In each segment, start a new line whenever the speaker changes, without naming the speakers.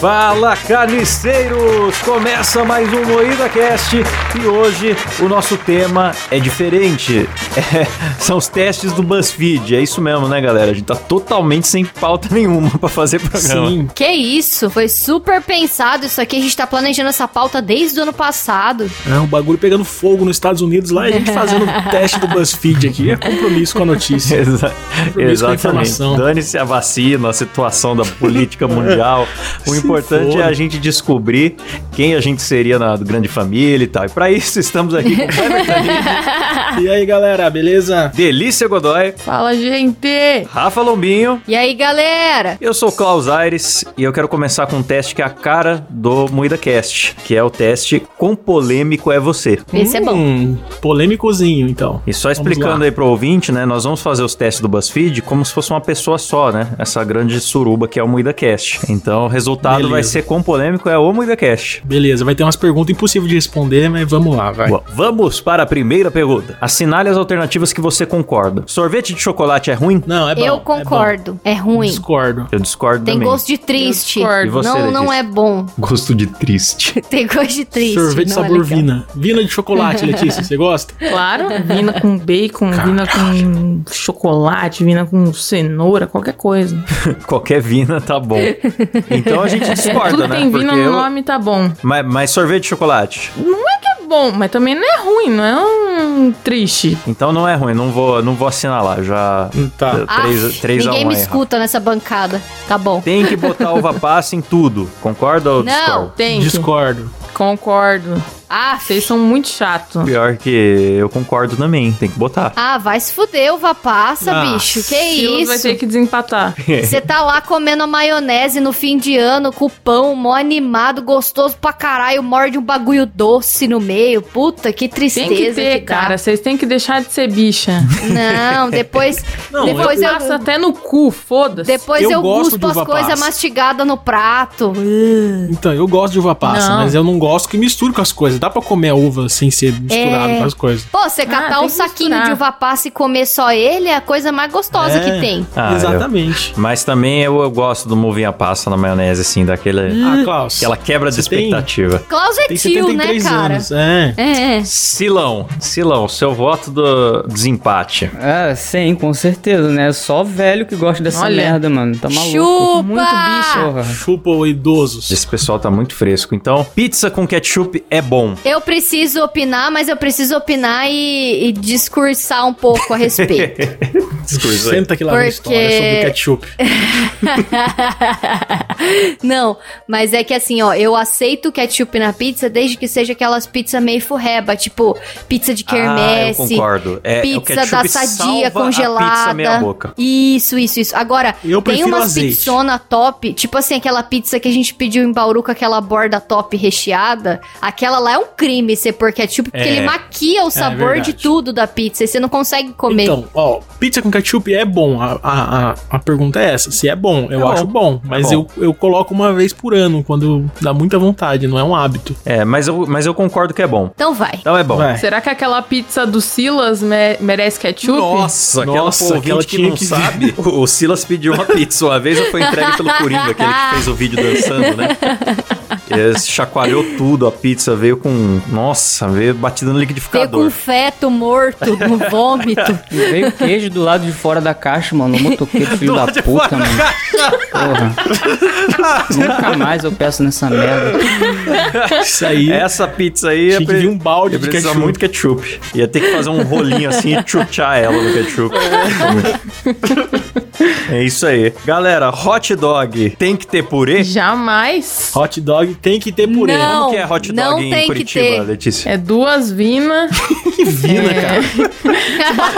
Fala carniceiros! Começa mais um Moída Cast e hoje o nosso tema é diferente. É, são os testes do BuzzFeed, é isso mesmo, né, galera? A gente tá totalmente sem pauta nenhuma pra fazer programa. Sim.
Que isso, foi super pensado isso aqui. A gente tá planejando essa pauta desde o ano passado.
É, um bagulho pegando fogo nos Estados Unidos lá e a gente fazendo o teste do BuzzFeed aqui. É compromisso com a notícia.
Exa
Compromisso com a
exatamente.
informação. É.
Dane-se a vacina, a situação da política mundial. O
Se
importante
for.
é a gente descobrir quem a gente seria na grande família e tal. E pra isso estamos aqui com o Kleber Tanid,
E aí, galera, beleza?
Delícia Godoy,
Fala, gente!
Rafa Lombinho.
E aí, galera?
Eu sou o Klaus Aires e eu quero começar com um teste que é a cara do Moída Cast, que é o teste Quão polêmico é você?
Esse é bom.
Hum, polêmicozinho, então.
E só
Vamos
explicando
lá.
aí pro ouvinte, né? Nós vamos fazer os testes do BuzzFeed como se fosse uma pessoa só, né? Essa grande suruba que é o MoídaCast. Então o resultado
Beleza.
vai ser quão polêmico é o MoídaCast.
Beleza, vai ter umas perguntas impossíveis de responder, mas vamos lá, vai.
Bom, Vamos para a primeira pergunta. Assinale as alternativas que você concorda. Sorvete de chocolate é ruim?
Não, é bom. é
eu
bom.
concordo. É, ruim.
Discordo.
Eu discordo
Tem
também.
gosto de triste.
Eu discordo.
E você,
não, não
Letícia?
é bom.
Gosto de triste.
Tem gosto de triste.
Sorvete
não é
sabor
legal.
vina. Vina de chocolate, Letícia, você gosta?
Claro, vina com bacon, vina com chocolate, vina com cenoura, qualquer coisa.
Qualquer vina tá bom. Então a gente discorda,
É, Tudo
né?
tem vina
Porque
no
eu-
nome, tá bom.
Mas, mas sorvete de chocolate.
É bom, mas também não é ruim, não é um triste.
Então não é ruim, não vou, não vou assinalar. Já.
Tá.
Ah,
3, a 1
ninguém me
aí, Rafa.
escuta nessa bancada. Tá bom.
Tem que botar uva passa em tudo. Concorda ou
Não.
discorda?
Tem. que-
Discordo.
Concordo.
Ah,
Vocês são muito chato.
Pior que eu concordo também. Tem que botar.
ah, vai se fuder, uva passa,
Ah,
bicho. Que
Silas vai
isso?
ter que desempatar.
Você tá lá comendo a maionese no fim de ano, com o pão mó animado, gostoso pra caralho, morde um bagulho doce no meio. Puta, que tristeza
Tem que ter,
que dá.
cara. Vocês têm que deixar de ser bicha.
Não, depois.
Não,
depois eu.
Passa até no cu, foda-se.
Depois eu,
Eu gosto de
cuspo as
uva
coisas
passa.
mastigadas no prato.
Então, eu gosto de uva passa,
Não.
mas eu não gosto que misture com as coisas. Dá pra comer a uva sem ser misturado
É.
com as coisas.
Pô, você catar
Ah, tem
um
que
saquinho
misturar.
de uva passa e comer só ele é a coisa mais gostosa
É.
que tem.
Ah,
Exatamente.
Mas também eu, eu gosto do movinha passa na maionese, assim, daquele.
Ah, Klaus.
Aquela quebra de
Você tem-
expectativa.
Klaus é
tem
tio, né,
73
cara?
anos. É.
É.
Silão, Silão, seu voto do desempate.
Ah, sim, com certeza, né? Só velho que gosta dessa
Olha.
merda, mano. Tá maluco.
Chupa!
Muito bicho.
Porra.
Chupa o idosos.
Esse pessoal tá muito fresco. Então, pizza com ketchup é bom.
Eu preciso opinar, mas eu preciso opinar e, e discursar um pouco a respeito.
Discurso aí.
Senta que lá vem
Porque-
história sobre o ketchup.
Não, mas é que assim, ó, eu aceito ketchup na pizza desde que seja aquelas pizzas meio furreba, tipo pizza de
Ah, eu
quermesse.
concordo. É, o
pizza
ketchup
da sadia
salva A pizza
congelada.
meia boca.
Isso, isso, isso. Agora,
Eu
tem
prefiro
umas
azeite.
pizzona top, tipo assim, aquela pizza que a gente pediu em Bauru com aquela borda top recheada. Aquela lá é um crime você pôr ketchup, tipo, porque
É.
ele maquia o sabor de
verdade.
tudo da pizza e você não consegue comer.
Então, ó, pizza com ketchup é bom. A, a, a, a pergunta é essa: se é bom, eu
É bom.
acho bom. Mas
bom.
Eu, eu coloco uma vez por ano, quando dá muita vontade, não é um hábito.
É, mas eu, mas eu concordo que é bom.
Então vai.
Então é bom.
Vai.
Será que aquela pizza do Silas me- merece ketchup?
Nossa, aquela
Nossa,
Nossa,
aquela
que
tinha
não
que-
sabe. O, o Silas pediu uma pizza uma vez, eu fui entregue pelo Coringa, aquele que fez o vídeo dançando, né? Ele chacoalhou tudo, a pizza veio com. Nossa, veio batida no
Ter com
liquidificador.
Um feto morto no vômito.
E veio queijo do lado de fora da caixa, mano. O motoqueiro, filho da
lado de
puta,
fora da
mano. Porra. Nunca mais eu peço nessa merda.
Isso aí.
Essa pizza aí
Tinha que vir um balde
ia
de
precisar
ketchup.
muito ketchup. Ia ter que fazer um rolinho assim e chuchar ela no ketchup. é isso aí. Galera, hot dog tem que ter purê?
Jamais.
Hot dog tem que ter purê.
Não.
Como que é hot
não
dog
tem
em
que
Curitiba,
ter.
Letícia?
É duas vinas.
Que vina,
É.
cara.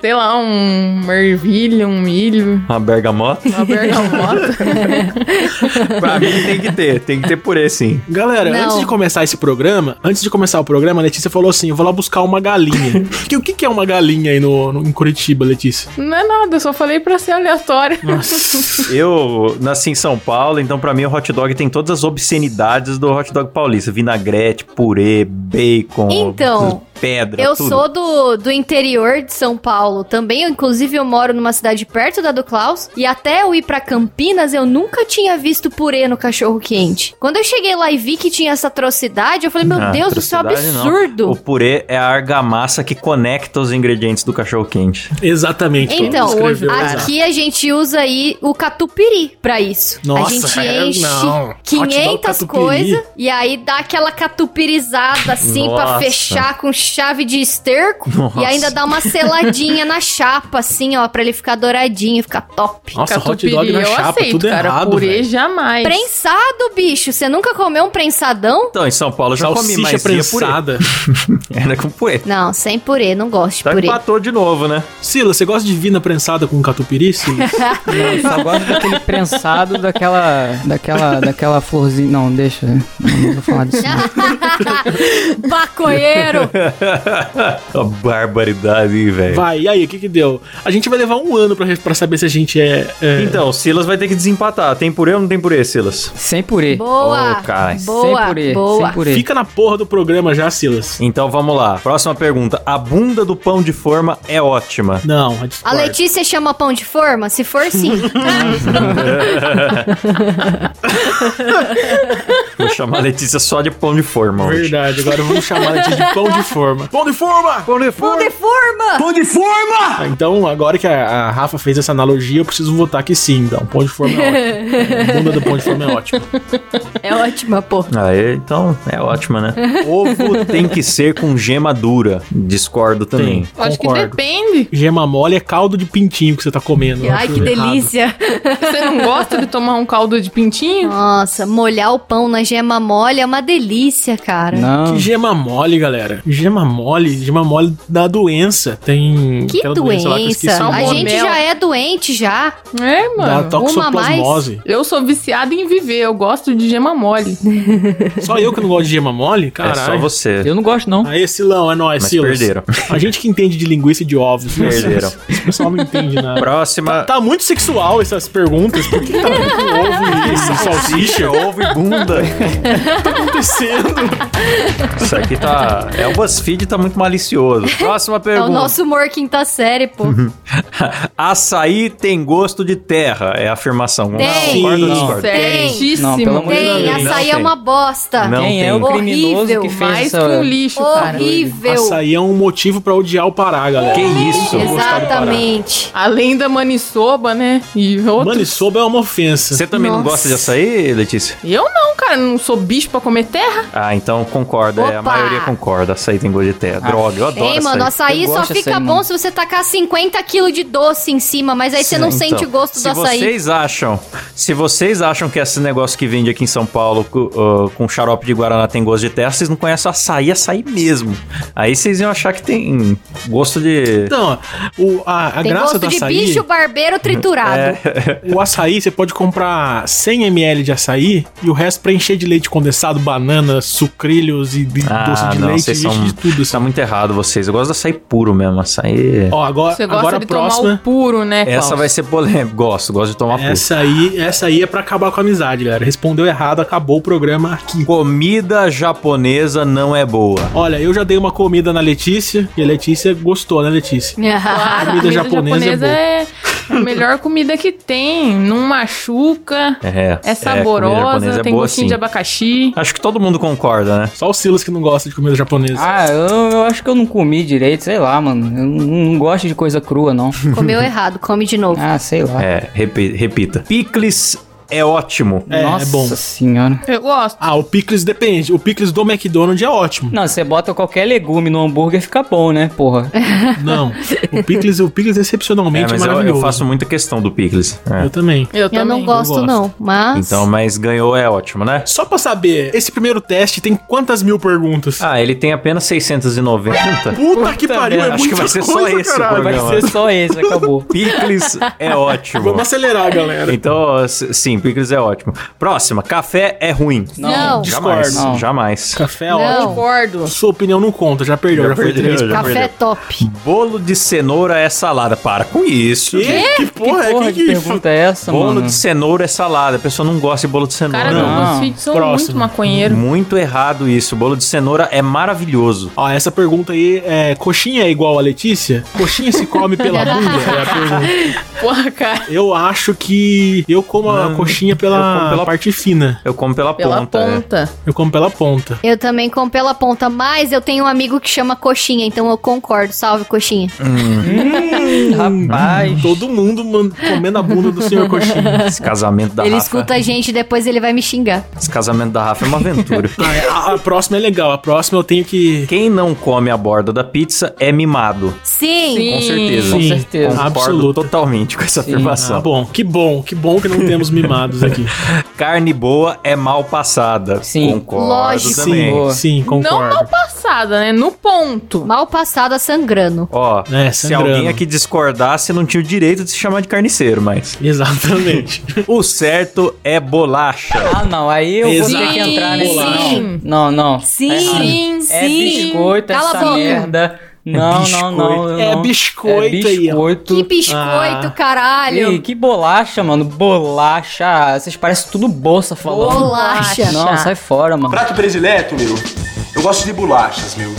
sei lá, um ervilha, um milho,
Uma bergamota?
uma bergamota.
pra mim tem que ter, tem que ter purê sim.
Galera,
Não.
antes de começar esse programa, antes de começar o programa, a Letícia falou assim: eu vou lá buscar uma galinha. que, o que, que é uma galinha aí no, no- em Curitiba, Letícia?
Não é nada, eu só falei pra ser aleatório.
Eu nasci em São Paulo, então pra mim o hot dog tem todas as obscenidades do hot dog paulista: vinagrete, purê, bacon.
Então,
pedra.
Eu
tudo.
sou do, do interior de São Paulo também. Eu, inclusive, eu moro numa cidade perto da do Klaus. E até eu ir pra Campinas, eu nunca tinha visto purê no cachorro quente. Quando eu cheguei lá e vi que tinha essa atrocidade, eu falei, meu
Ah,
Deus, isso é um
atrocidade, não.
absurdo.
O purê é a argamassa que conecta os ingredientes do cachorro quente.
Exatamente. como
Então,
descreveu, exato.
aqui a gente usa aí o catupiry pra isso. a
Nossa,
gente
é,
enche
não. Hot dog
500
catupiry.
coisas e aí dá aquela catupirizada assim pra
Nossa.
fechar com chave de esterco
Nossa.
e ainda dá uma seladinha na chapa assim, ó, pra ele ficar douradinho, ficar top.
Nossa, hot dog
Catupiry
na
eu
chapa,
aceito,
tudo
cara.
errado,
Purê
velho.
jamais.
Prensado, bicho, você nunca comeu um prensadão?
Então, em São Paulo eu já comi,
Salsicha
mas ia purê.
prensada.
Era com purê.
Não, sem purê, não gosto de
Tá
purê.
empatou de novo, né?
Sila, você gosta de vina prensada com catupiry, Sila?
Eu só gosto daquele prensado daquela. daquela. daquela florzinha. Não, deixa. Não vou falar disso. não.
Baconheiro!
A barbaridade, velho.
Vai, e aí, o que que deu? A gente vai levar um ano pra, pra saber se a gente é... é-
Então, o Silas vai ter que desempatar. Tem purê ou não tem purê, Silas?
Sem purê.
Boa!
Ô, cara, sem
boa,
sem purê.
boa.
Sem purê.
Fica na porra do programa já, Silas.
Então vamos lá. Próxima pergunta. A bunda do pão de forma é ótima.
Não, a
A
discorda.
Letícia chama pão de forma? Se for, sim.
Vou chamar a Letícia só de pão de forma hoje.
Verdade, agora vamos chamar a gente de pão de forma. Pão de forma!
Pão de forma!
Ah, Então, agora que a, a Rafa fez essa analogia, eu preciso votar que sim, então. Pão de forma é ótimo. A bunda do pão de forma é ótimo.
é ótima, pô.
Aí, então, é ótima, né? Ovo tem que ser com gema dura. Discordo também.
Eu Acho que
Concordo.
depende.
Gema mole é caldo de pintinho que você tá comendo. Eu
Ai,
acho
que
errado.
delícia.
Você não gosta de tomar um caldo de pintinho?
Nossa, molhar o pão na gema mole é uma delícia, cara.
Não.
Ah.
Que gema mole, galera. Gema mole, gema mole da doença. Tem.
Que
aquela
doença.
lá que eu esqueci o
a
nome.
gente já é doente já.
É,
Da
mano.
toxoplasmose.
Eu sou viciada em viver, eu gosto de gema mole.
Só eu que não gosto de gema mole? Caralho.
É só você.
Eu não gosto, não.
Aí, Silão, é nóis,
Mas
Silas.
perderam.
A gente que entende de linguiça e de ovos. né?
Perderam.
Esse pessoal não entende nada.
Próxima.
Tá muito sexual essas perguntas. Por que tá vendo com ovo e isso, salsicha?
Salsicha, ovo e bunda.
Tá acontecendo?
Isso aqui tá. É o BuzzFeed tá muito malicioso. Próxima
É
pergunta.
o nosso humor quinta série, pô.
Açaí tem gosto de terra. É a afirmação.
Tem.
Concorda ou
Não.
é
discorda?
Certíssimo.
Não, pelo amor de
Tem,
Não,
não
açaí é
tem.
uma bosta.
Não
Quem
tem.
é o criminoso
Horrível,
que fez
Mais que
essa...
um lixo, cara.
Horrível.
Açaí é um motivo pra odiar o Pará, galera.
Que isso?
Exatamente.
Além da maniçoba, né? E outro.
Maniçoba é uma ofensa.
Você também não
Nossa.
gosta de açaí, Letícia?
Eu não, cara, não sou bicho pra comer terra.
Ah, então concorda. É, a
Opa!
maioria concorda. Açaí tem gosto de terra.
Ah.
Droga, eu adoro
Ei, mano,
açaí.
açaí
Eu
só
gosto de
fica
açaí,
bom
mano.
se você tacar 50 quilos de doce em cima, mas aí você não
Então,
sente o gosto
se
do açaí.
Vocês acham, se vocês acham que esse negócio que vende aqui em São Paulo co- ah, com xarope de Guaraná tem gosto de terra, vocês não conhecem açaí, açaí mesmo. Aí vocês iam achar que tem gosto de.
Então, o- a, a
Tem
graça
gosto
do
de
açaí...
bicho barbeiro triturado.
O açaí, você pode comprar 100 ml de açaí e o resto preencher de leite condensado, banana, sucrilhos e de-
Ah,
doce de
não,
leite,
vocês
enche
são-
de tudo.
Tá
Assim.
muito errado vocês. Eu gosto de açaí puro mesmo. Açaí.
Ó, agora,
Você gosta
agora a
de tomar o
próxima.
puro, né?
É
essa
Klaus?
vai ser polêmica. Gosto, gosto de tomar puro.
Essa aí, essa aí é pra acabar com a amizade, galera. Respondeu errado, acabou o programa aqui.
Comida japonesa não é boa.
Olha, eu já dei uma comida na Letícia e a Letícia gostou, né, Letícia?
Claro,
Comida japonesa é boa.
é, a melhor comida que tem. Não machuca,
É.
é,
comida
saborosa,
japonesa é
tem
boa,
gostinho
sim.
de abacaxi.
Acho que todo mundo concorda, né?
Só o Silas que não gosta de comida japonesa.
Ah, eu, eu acho que eu não comi direito, sei lá, mano. Eu não, não gosto de coisa crua, não.
Comeu errado, come de novo.
Ah, sei lá.
É, repi- repita. Picles é ótimo.
É, é
Nossa
bom.
senhora.
Eu gosto.
Ah, o picles depende. O picles do McDonald's é ótimo.
Não, você bota qualquer legume no hambúrguer, fica bom, né, porra?
Não. O picles, o picles
É,
excepcionalmente é,
mas eu,
maravilhoso.
eu faço muita questão do picles. É.
Eu também.
Eu,
Eu
também.
não gosto,
gosto.
não, mas.
Então, mas ganhou é ótimo, né?
Só pra saber, esse primeiro teste tem quantas mil perguntas?
Ah, ele tem apenas 690.
Puta, que pariu,
merda,
é
acho que vai
muita coisa,
ser só esse o
caralho.
Vai
programa.
ser só esse, acabou.
Picles é ótimo.
Vamos acelerar, galera.
Então, s- sim, Picles é ótimo. Próxima, café é ruim.
Não.
Jamais.
Não.
Jamais.
Café é
Não.
ótimo.
Concordo.
Sua opinião não conta, já perdeu, já,
Já
foi
perdeu,
três.
já
Café
perdeu.
top.
Bolo de cenoura é salada. Para com isso.
Ih, Que porra,
que porra
que,
de
que,
pergunta é essa,
Bolo
mano?
de cenoura é salada. A pessoa não gosta de bolo de cenoura.
Cara,
Não.
não, os filhos são
Próximo.
muito maconheiros.
Muito errado isso. Bolo de cenoura é maravilhoso.
Ó, essa pergunta aí é: coxinha é igual a Letícia? Coxinha se come pela bunda? É a pergunta.
Porra, cara.
Eu acho que eu como a
Não,
coxinha
eu
pela,
como pela-
parte fina.
Eu como pela,
Pela
ponta. é.
ponta.
Eu como pela ponta.
Eu também como pela ponta, mas eu tenho um amigo que chama Coxinha, então eu concordo. Salve, Coxinha.
Rapaz.
Todo mundo man- comendo a bunda do senhor coxinha.
Esse casamento da
ele
Rafa.
escuta a gente e depois ele vai me xingar.
Esse casamento da Rafa é uma aventura.
Ah, é, a, a próxima é legal. A próxima eu tenho que.
Quem não come a borda da pizza é mimado.
Sim.
Sim.
Com certeza.
Com certeza.
Concordo
Absoluta.
totalmente com essa
Sim.
afirmação.
Ah, bom, que bom, que bom que não temos mimados aqui.
Carne boa é mal passada.
Sim.
Concordo
Lógico.
também.
Boa.
Sim,
Não mal
concordo.
passada, né? No ponto.
Mal passada sangrando.
Ó,
É,
se
sangrando.
alguém aqui discordasse, não tinha o direito de se chamar de carniceiro, mas.
Exatamente.
O certo é bolacha.
Ah, não. Aí eu vou ter
Exato.
que entrar nesse.
Sim.
Não, não.
Sim.
É errado.
Sim,
É biscoito
Cala a
essa
boca.
merda. Não, não, não, eu
É biscoito. É
não.
biscoito
é
aí, ó.
biscoito.
Que biscoito,
Ah.
caralho.
Ih, que bolacha, mano. Bolacha. Vocês parecem tudo bolsa falando.
Bolacha.
Não, sai fora, mano.
Prato predileto, meu. Eu gosto de bolachas, meu.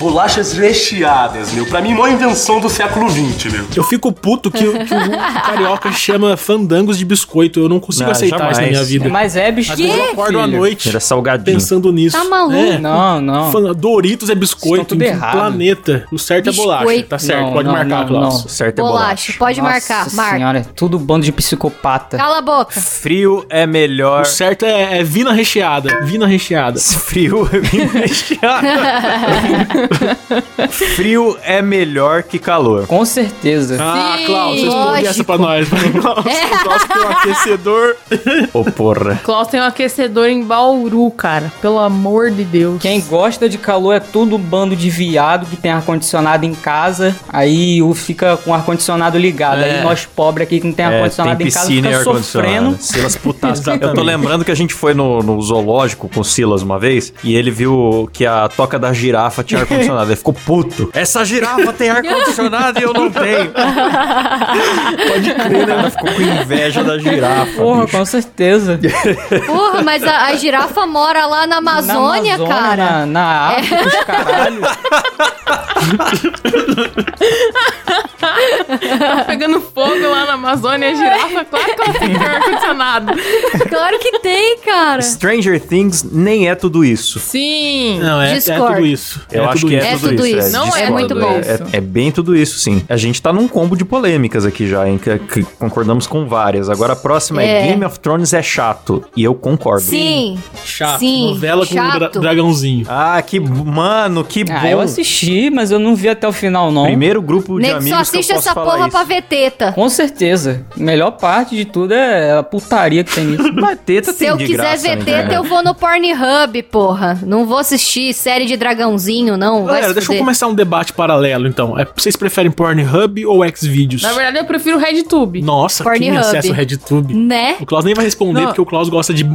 Bolachas recheadas, meu. Pra mim, maior invenção do século XX, meu.
Eu fico puto que, o- que o carioca chama fandangos de biscoito. Eu não consigo
Não,
aceitar isso na
jamais.
minha vida.
Mas é
Às
biscoito.
vezes eu acordo à
filho.
noite
Era salgadinho.
pensando nisso.
Tá maluco?
É.
Não, não.
Fan- Doritos é
Estão
biscoito
tudo
em
errado.
planeta. O certo
Biscoito.
é bolacha. Tá certo,
Não,
pode
não,
marcar,
não,
Klaus.
O certo é
Bolacha,
bolacha.
pode
Nossa
marcar. Marca.
senhora, é tudo bando de psicopata.
Cala a boca.
Frio é melhor.
O certo é, é vina recheada. Vina recheada.
Frio é melhor. Frio é melhor que calor.
Com certeza.
Ah, Klaus, responde
lógico.
essa pra nós. Klaus,
É,
Klaus tem um aquecedor.
Ô, porra.
Klaus tem um aquecedor em Bauru, cara. Pelo amor de Deus.
Quem gosta de calor é todo um bando de viado que tem ar-condicionado em casa. Aí o fica com o ar-condicionado ligado.
É.
Aí nós pobres aqui que não tem
É,
ar-condicionado
tem
em casa
piscina e
fica
ar-condicionado.
sofrendo.
Silas putaço. Eu tô
Exatamente.
lembrando que a gente foi no, no zoológico com o Silas uma vez e ele viu que a toca da girafa tinha ar-condicionado. Ele ficou puto. Essa girafa tem ar-condicionado e eu não tenho. Pode crer, né? Ele ficou com inveja da girafa.
Porra,
bicho.
com certeza.
Porra, mas a, a girafa mora lá na Amazônia,
na Amazônia,
cara. É.
Na, na África, os caralho.
Tá pegando fogo lá na Amazônia, a girafa, claro que ela tem ar-condicionado.
Claro que tem, cara.
Stranger Things nem é tudo isso.
Sim.
Não, é, é
Discord.
tudo isso.
Eu acho
tudo
que
isso.
é tudo,
É tudo
isso.
isso.
Não é
discordo,
muito bom isso.
É, é bem tudo isso, sim. A gente tá num combo de polêmicas aqui já, hein? Que, que concordamos com várias. Agora a próxima é.
É.
Game of Thrones é chato. E eu concordo.
Sim.
Chato.
Sim,
novela com
chato.
dra- dragãozinho.
Ah, que. Mano, que
Ah,
bom.
eu assisti, mas eu não vi até o final, não.
Primeiro grupo de
Nego só
amigos que eu
assiste
posso
essa
falar
porra
isso.
pra ver teta.
Com certeza. A melhor parte de tudo é a putaria que tem nisso.
Mas teta
Se
tem
eu
assim de
quiser
graça né, na
ver teta,
internet.
eu vou no Pornhub, porra. Não vou assistir série de dragãozinho, não. Vai
Galera,
se
deixa eu
fuder.
começar um debate paralelo, então. É, vocês preferem Pornhub ou Xvideos?
Na verdade, eu prefiro o RedTube.
Nossa, quem
Pornhub.
acessa o RedTube?
Né?
O Klaus nem vai responder,
Não.
porque o Klaus gosta de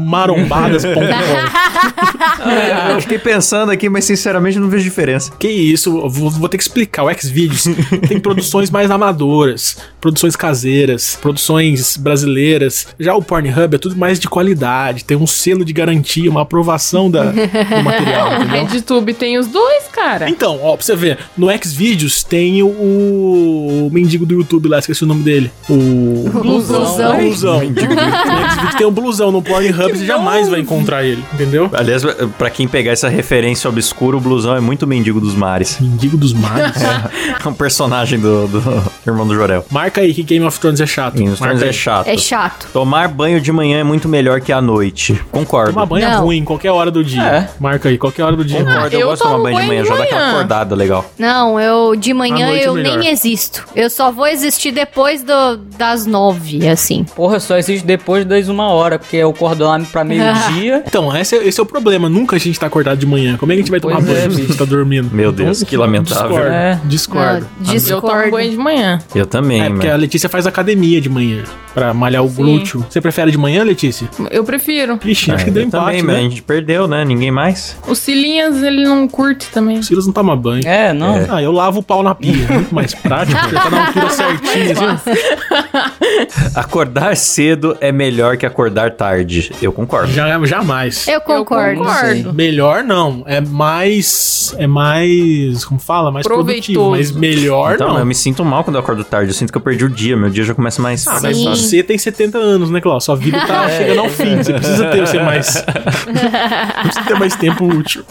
marombadas.com.
Ah, Eu fiquei pensando aqui, mas sinceramente não vejo diferença.
que isso, eu vou, vou ter que explicar. O Xvideos tem produções mais amadoras, produções caseiras, produções brasileiras. Já o Pornhub é tudo mais de qualidade, tem um selo de garantia, uma aprovação da, do material,
O
entendeu?
RedTube tem os dois, cara.
Então, ó, pra você ver, no Xvideos tem o, o mendigo do YouTube lá, esqueci o nome dele. O. É,
Blusão.
O Blusão. No Xvideos tem um blusão, no Pornhub você jamais vai encontrar ele, entendeu?
Aliás, pra quem pegar essa referência obscura, o blusão é muito mendigo dos mares.
Mendigo dos mares.
É um personagem do, do Irmão do Jorel.
Marca aí que Game of Thrones é chato.
Game of Thrones
Marca
é
aí.
chato.
É chato.
Tomar banho de manhã é muito melhor que à noite. Concordo.
Tomar banho é
Não.
ruim, qualquer hora do dia.
É.
Marca aí, qualquer hora do dia.
Concordo, eu,
eu
gosto de tomar
tomo
banho de
banho
manhã,
de
já dá aquela
manhã.
acordada legal.
Não, eu de manhã
noite
eu
melhor.
nem existo. Eu só vou existir depois do- das nove, assim.
Porra, só existe depois das uma hora, porque eu acordo lá pra meio-dia.
Então, esse é, esse é o problema. Nunca a gente tá acordado de manhã. Como é que a gente vai tomar
Pois é,
banho se a gente
bicho.
tá dormindo?
Meu Deus, que lamentável.
Discordo.
É.
Discordo.
Não, Ah, discordo.
Eu tomo banho de manhã.
Eu também,
É, porque a
mano.
Letícia faz academia de manhã. Pra malhar o
Sim.
glúteo. Você prefere de manhã, Letícia?
Eu prefiro.
Ixi, acho que
É, eu
deu empate,
também,
né?
mas a gente perdeu, né? Ninguém mais.
O Cilinhas, ele não curte também.
O Silas não toma banho.
É, não.
Ah, eu lavo o pau na pia. é Muito mais prático, porque tá na altura certinha. assim.
Acordar cedo é melhor que acordar tarde. Eu concordo.
Já, jamais.
Eu concordo.
concordo.
Melhor não. É mais. É mais. Como fala? Mais produtivo.
Proveitoso.
Mas melhor
Então,
não.
eu me sinto mal quando eu acordo tarde. Eu sinto que eu perdi o dia. Meu dia já começa mais.
Ah,
cedo.
mas
Sim.
você tem 70 anos, né, Cláudio? Sua vida
É.
tá chegando ao fim. Você precisa ter, ser mais. precisa ter mais tempo útil.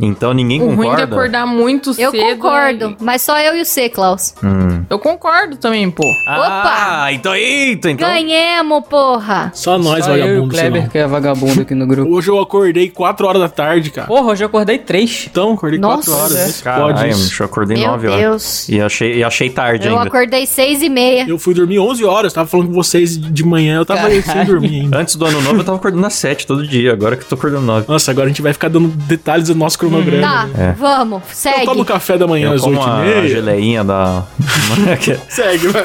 Então ninguém
O ruim de
concorda.
acordar muito
Eu
cedo.
concordo, mas só eu e o C, Klaus.
Hum.
é- Eu concordo também, pô.
Ah, então, eita, então.
Ganhemos, porra!
Só nós,
Só eu e o
vagabundos.
Kleber,
senão.
que é vagabundo aqui no grupo.
Hoje eu acordei 4 horas da tarde, cara.
Porra, hoje eu acordei três.
Então, acordei
Nossa.
4 horas. né? Pode
Caralho,
isso.
eu acordei
Meu
9 horas.
Deus.
E achei, e achei tarde
Eu
ainda.
acordei seis e meia.
Eu fui dormir 11 horas. Tava falando com vocês de manhã. Eu tava sem dormir ainda.
Antes do ano novo eu tava acordando às 7 todo dia. Agora que eu tô acordando 9.
Nossa, agora a gente vai ficar dando detalhes do nosso cronograma.
Tá,
É.
vamos,
Eu tomo
segue.
café da manhã
Eu
às
como a
8h30.
geleinha da.
Segue, vai.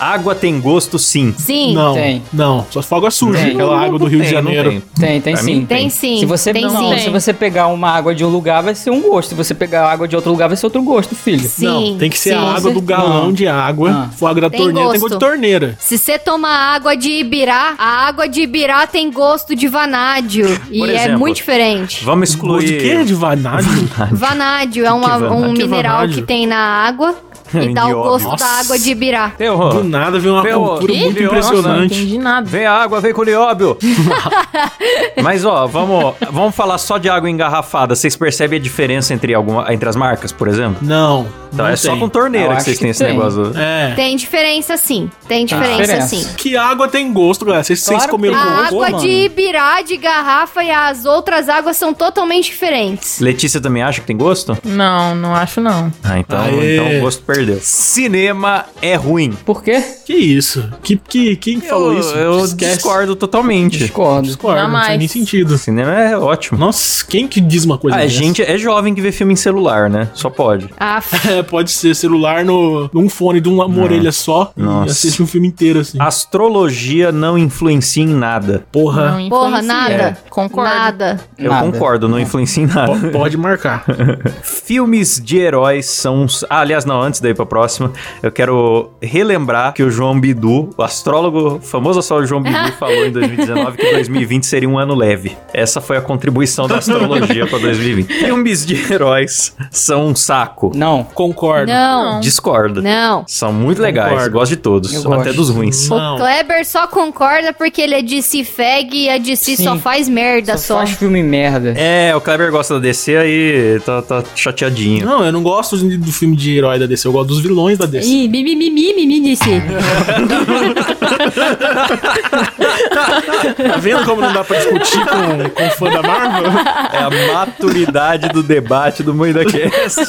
Água tem gosto, sim.
Sim,
Não,
Tem.
não. Só água suja,
Tem.
aquela água do Rio de
Tem, não
Janeiro.
tem.
Tem, tem
Pra
sim.
mim,
tem sim.
Se você,
tem
não,
sim.
se você pegar uma água de um lugar, vai ser um gosto. Se você pegar água de outro lugar, vai ser outro gosto, filho.
Sim,
não, tem que ser
sim.
a água do galão
Não.
de água.
Ah.
Se for água da
Tem
torneira, tem gosto
gosto.
de torneira.
Se você tomar água de Ibirá, a água de Ibirá tem gosto de vanádio. E
Por
é
exemplo,
muito diferente.
Vamos
Gosto de quê?
excluir.
De vanádio?
Vanádio é uma-
que
um
vanádio?
Que
mineral
vanádio?
que tem na água e dá o
Nióbio.
gosto
Nossa.
da água de Ibirá.
Terror.
do nada vem uma
Meu,
cultura
que? Nossa,
muito
Não
impressionante.
entendi nada.
Vem a água, vem com o nióbio. Mas ó, vamos, vamos falar só de água engarrafada. Vocês percebem a diferença entre alguma, entre as marcas, por exemplo?
Não,
Então
não
é
tem.
só com torneira
Eu
que
acho
vocês
que
têm esse
tem.
negócio.
É.
Tem diferença sim, tem diferença
diferença.
sim.
Que água tem gosto, galera. Vocês, vocês
Claro que
comeram
tem.
com
A
gosto,
água
mano.
de Ibirá, de garrafa e as outras águas são totalmente diferentes.
Letícia também acha que tem gosto?
Não, não acho não.
Ah, então,
Aê.
então o gosto perdeu. Cinema é ruim.
Por quê?
Que isso? Que, que, quem que falou
eu
isso?
eu
Esquece.
discordo totalmente.
Discordo.
Discordo, não faz
Jamais.
nem sentido.
Cinema é ótimo.
Nossa, quem que diz uma coisa
Ah,
dessa?
gente é jovem que vê filme em celular, né? Só pode.
Ah, f-
É, pode ser celular no, num fone de uma, uma orelha só e
Nossa.
assiste um filme inteiro,
Ah,
assim.
Astrologia não influencia em nada.
Porra,
Não
porra,
influencia. É,
nada.
É.
Concordo.
Nada.
Eu
Nada.
concordo, não influencia em nada.
po- pode marcar.
Filmes de heróis são. os- Ah, aliás, não, antes daí pra próxima, eu quero relembrar que o João Bidu, o astrólogo, o famoso astrólogo João Bidu, falou em 2019 que 2020 seria um ano leve. Essa foi a contribuição da astrologia pra 2020. Filmes de heróis são um saco.
Não.
Concordo.
Não,
Discordo.
não.
São muito legais,
Concordo.
gosto de todos,
Eu
até
gosto.
dos ruins.
Não.
O Kleber só concorda porque ele é DC fag e a DC só
Sim.
faz merda
Só
só.
faz filme merda.
É, o Kleber gosta da DC aí, tá, tá chateadinho.
Não, eu não gosto de- do filme de herói da DC, eu gosto dos vilões da DC.
Ih, mimimi, mimimi, DC.
Ah, Tá vendo como não dá pra discutir Tipo, com, com fã da Marvel?
É a maturidade do debate do MoidaCast.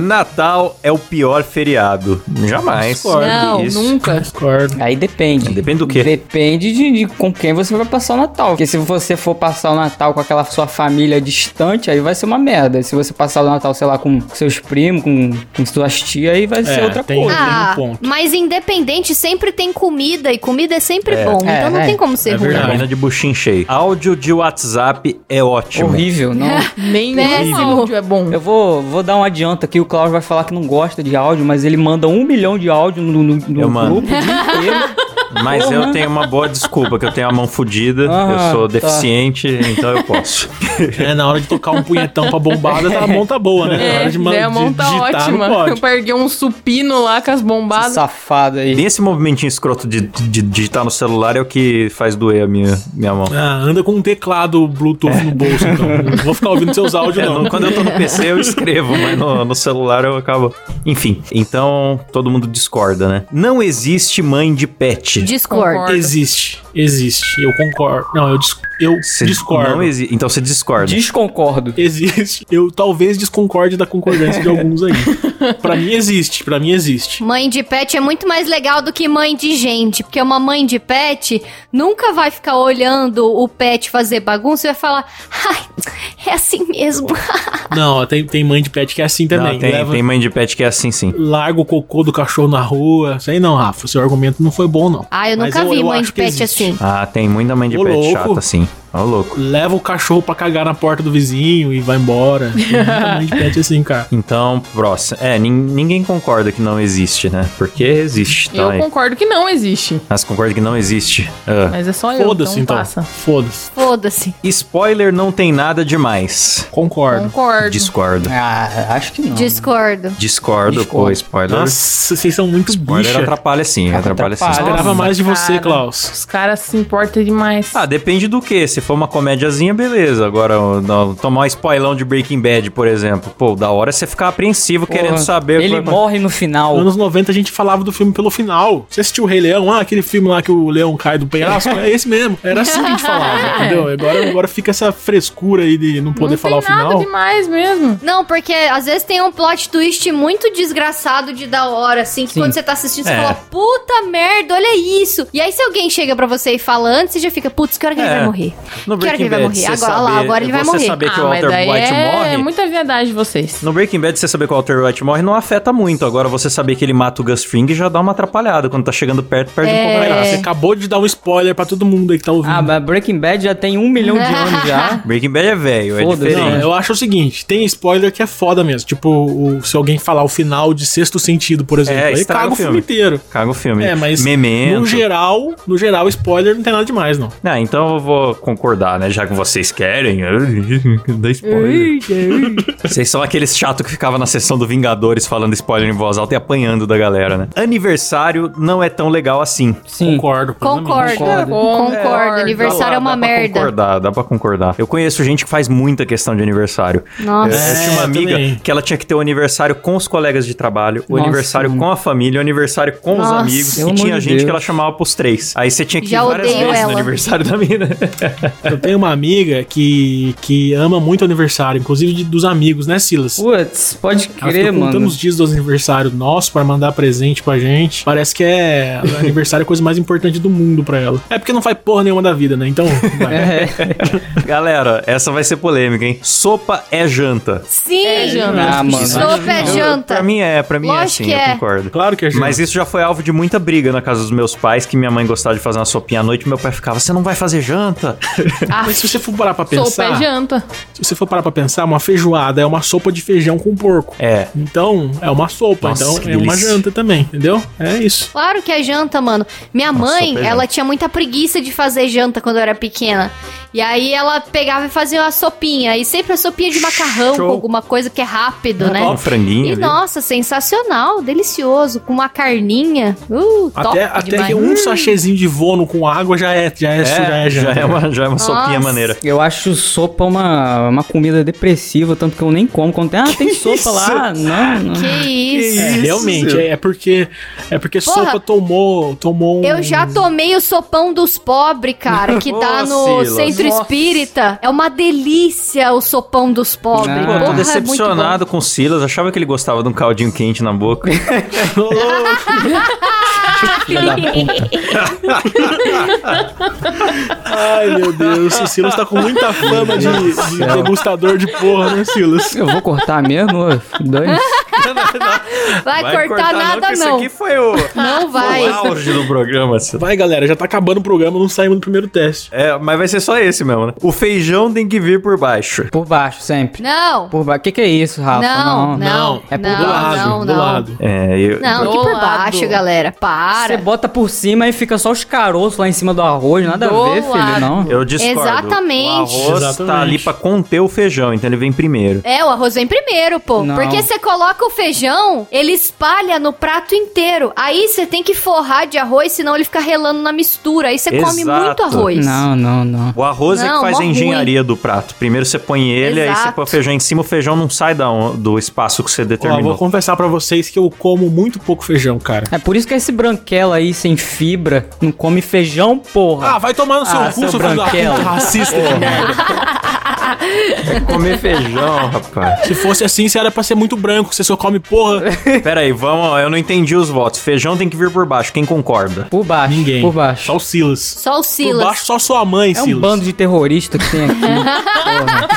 Natal é o pior feriado. Jamais.
Discordo.
Não,
Nunca.
Concordo.
Aí depende.
Depende do quê?
Depende de, de com quem você vai passar o Natal. Porque se você for passar o Natal com aquela sua família distante, aí vai ser uma merda. Se você passar o Natal, sei lá, com seus primos, com, com suas tias, aí vai ser
É,
outra
tem- um
coisa.
Ah,
ponto.
mas independente sempre tem comida e comida é sempre bom.
É,
Então não
é.
tem como ser
É
ruim.
verdade.
Termina de buchinchei. Áudio de WhatsApp é ótimo.
Horrível, não.
Nem
Péssimo.
nenhum áudio é bom.
Eu vou, vou dar um adianto aqui. O Klaus vai falar que não gosta de áudio, mas ele manda um milhão de áudio no, no, no
Eu mando.
grupo. o dia inteiro.
Mas eu
Porra.
tenho uma boa desculpa, que eu tenho a mão fodida,
Ah,
eu sou
tá.
deficiente, então eu posso.
É, na hora de tocar um punhetão pra bombada, tá, a mão tá boa, né? na hora de,
né, a mão
de
tá
digitar,
ótima.
não
Eu
pode.
perdi um supino lá com as bombadas.
Safado aí.
Tem esse movimentinho escroto de, de digitar no celular é o que faz doer a minha, minha mão.
Ah, anda com um teclado Bluetooth no bolso, então. Não vou ficar ouvindo seus áudios,
É,
não.
no- quando eu tô no PC eu escrevo, mas no, no celular eu acabo. Enfim, então todo mundo discorda, né? Não existe mãe de pet.
Discord.
Concordo.
Existe. Existe, eu concordo. Não, eu, dis- eu
Você
discordo.
Não exi- Então você discorda.
Desconcordo.
Existe. Eu talvez desconcorde da concordância de alguns aí. Pra mim existe, pra mim existe.
Mãe de pet é muito mais legal do que mãe de gente, porque uma mãe de pet nunca vai ficar olhando o pet fazer bagunça e vai falar, ai, é assim mesmo.
Não, ó, tem, tem mãe de pet que é assim também.
Não, Ah, tem,
Leva,
tem mãe de pet que é assim, sim.
Larga o cocô do cachorro na rua. Sei não, Rafa, seu argumento não foi bom, não.
Ah, eu
Mas
nunca vi mãe
acho
de
que
pet
existe.
assim.
Ah, tem muita mãe de
Ô,
pet
louco.
chata, sim. Ô, louco.
Leva o cachorro pra cagar na porta do vizinho e vai embora. Tem muita mãe de pet assim, cara.
Então, próximo. É, nin- ninguém concorda que não existe, né? Porque existe, tá?
Eu
aí.
concordo que não existe.
Mas concorda que não existe. Ah.
Mas é só eu,
Foda-se,
então,
então.
passa.
Foda-se.
Foda-se.
Spoiler não tem nada demais.
Concordo.
Concordo.
Discordo.
Ah, acho que não.
Discordo.
Discordo,
Discordo.
pô, spoiler.
Nossa, vocês são muito
spoiler
bicha.
atrapalha sim, atrapalha, sim.
Atrapalha.
Esperava
Nossa,
mais de você,
cara.
Klaus.
Os caras se importam demais.
Ah, depende do que. Se for uma comédiazinha, beleza. Agora, ó, não, tomar um spoilão de Breaking Bad, por exemplo. Pô, da hora é você ficar apreensivo
Porra,
querendo saber. é o que
Ele
vai-
morre no final.
Nos anos 90 a gente falava do filme pelo final. Você assistiu o Rei Leão? Ah, aquele filme lá que o leão cai do penhasco? É esse mesmo. Era assim que a gente falava, entendeu? Agora, agora fica essa frescura aí de não poder
não
falar o
tem nada
final.
demais mesmo.
Não, porque às vezes tem um plot twist muito desgraçado de da hora, assim, que quando você tá assistindo, você
É.
fala, puta merda, olha isso. E aí, se alguém chega pra você e fala antes, você já fica, putz, que hora que ele
É.
vai morrer?
No
Que hora
Breaking
que ele vai
Bad,
morrer?
você
Agora- lá,
saber-
agora ele vai
você
morrer.
saber que o
ah, mas
Walter
daí
White
é
morre.
muita verdade de vocês.
No Breaking Bad, você saber que o Walter White morre não afeta muito. Agora, você saber que ele mata o Gus Fring já dá uma atrapalhada. Quando tá chegando perto, perde um
É.
pouco a
Cara, Você
graça.
acabou de dar um spoiler pra todo mundo aí que tá ouvindo.
Ah, mas Breaking Bad já tem um milhão de anos já.
Breaking Bad é velho, é
Foda-se,
diferente.
Não, eu acho o seguinte, tem spoiler que é foda mesmo. Tipo, o- se alguém falar o final de Sexto Sentido, por exemplo,
É,
aí
estraga
caga
o
o
filme.
filme inteiro.
Caga o filme.
É, mas
Memento.
no geral, no geral, spoiler não tem nada demais, não.
Ah, então eu vou concordar, né? Já que vocês querem. Dá spoiler. vocês são aqueles chato que ficava na sessão do Vingadores falando spoiler em voz alta e apanhando da galera, né? Aniversário não é tão legal assim.
Sim.
Concordo. plenamente.
Concordo.
Concordo.
Concordo.
Concordo.
Ah, Dá
Aniversário
tá lá,
é uma
dá pra
merda.
concordar, dá pra concordar. Eu conheço gente que faz muita questão de aniversário.
Nossa.
Eu tinha uma
É,
amiga
também.
que ela tinha que ter o aniversário com os colegas de trabalho, o
Nossa,
aniversário
mano.
com a família, o aniversário com os
Nossa.
amigos.
Pelo
E
amor
tinha
de
gente que
Deus.
ela chamava pros três. Aí você tinha que
Já
ir várias
odeio
vezes no
ela.
aniversário da mina.
Eu tenho uma amiga que, que ama muito aniversário, inclusive de- dos amigos, né, Silas?
Putz, pode
Ela fica
crer,
contando
mano.
os dias do aniversário nosso pra mandar presente pra gente. Parece que é aniversário é a coisa mais importante do mundo pra ela. É porque não faz porra nenhuma da vida, né? Então, vai.
É. Galera, essa vai ser polêmica, hein? Sopa é janta.
Sim!
É, Jana.
Ah, mano.
Sopa é janta.
Pra mim é, pra mim
Lógico
é assim,
que
eu
é.
concordo.
claro que é
Mas isso já foi alvo de muita briga na casa dos meus pais, que minha mãe gostava de fazer uma sopinha à noite, meu pai ficava, você não vai fazer janta?
Mas se você for parar pra
Sou pé
pensar,
janta.
se você for parar pra pensar, uma feijoada é uma sopa de feijão com porco.
É.
Então, é uma sopa,
Nossa, que
então é uma
delícia.
janta também, entendeu? É isso.
Claro que é janta, mano. Minha mãe,
sopa é
ela tinha muita preguiça de fazer janta quando eu era pequena. E aí ela pegava e fazia uma sopinha. E sempre a sopinha de macarrão,
Show.
com alguma coisa que é rápido, né?
Um franguinho.
E
ali.
nossa, sensacional, delicioso, com uma carninha. Uh, top
Até, até
demais. Hum.
que um sachêzinho de vono com água já é, já é,
É,
já é
já
janta.
é uma, já é uma sopinha
Nossa.
maneira.
Eu acho sopa uma, uma comida depressiva, tanto que eu nem como. Quando tem, ah, tem sopa lá. Não, não.
Que isso.
É, realmente, é, é porque é porque
Porra,
sopa tomou, tomou um-
Eu já tomei o sopão dos pobres, cara, que dá
Ô,
no
Silas.
centro
Nossa.
espírita. É uma delícia o sopão dos pobres.
Ah.
Pô,
Porra,
tô
é muito bom.
decepcionado com o Silas, achava que ele gostava de um caldinho quente na boca.
Filha da puta.
Ai, meu Deus, o Silas tá com muita fama de, de
céu.
degustador de porra, né, Silas?
Eu vou cortar mesmo, ô, dane
Vai, cortar, nada,
que Isso
não.
aqui foi o,
Não vai.
o auge do programa, Silas.
Vai, galera, já tá acabando o programa, não saímos do primeiro teste.
É, mas vai ser só esse mesmo, né? O feijão tem que vir por baixo.
Por baixo, sempre.
Não.
Por baixo. Que que é isso, Rafa?
Não, não,
não.
É por
não,
do lado,
não,
do
não.
lado.
É, eu,
Não,
Do
aqui por
lado.
baixo, galera.
Você
Para.
bota por cima e fica só os caroços lá em cima do arroz. Nada
Do
a ver, filho,
lado.
não.
eu discordo.
Exatamente.
O arroz tá
Exatamente.
ali pra conter o feijão, então ele vem primeiro.
É, o arroz vem primeiro, pô.
Não.
Porque você coloca o feijão, Ele espalha no prato inteiro. Aí você tem que forrar de arroz, senão ele fica relando na mistura. Aí você come
Exato.
muito arroz.
Não, não, não.
O arroz é que
Não,
faz
mó
a engenharia do prato. Primeiro você põe ele, aí você
Exato.
põe o feijão em cima, o feijão não sai da on- do espaço que você
Ó, vou
determinou.
confessar pra vocês que eu como muito pouco feijão, cara.
É por isso que esse branquela aí sem fibra não come feijão, porra.
Ah, vai tomar no seu
Ah,
cu,
seu
seu filho da
branquelo.
puta racista de merda.
comer feijão, rapaz.
Se fosse assim, você era pra ser muito branco, você só come porra.
Pera aí, vamos. Eu não entendi os votos. Feijão tem que vir por baixo. Quem concorda?
por baixo,
Ninguém.
por baixo.
Só o Silas.
Só o
Por
Silas.
baixo, só sua mãe,
É
Silas.
um bando de terrorista que tem aqui. Porra.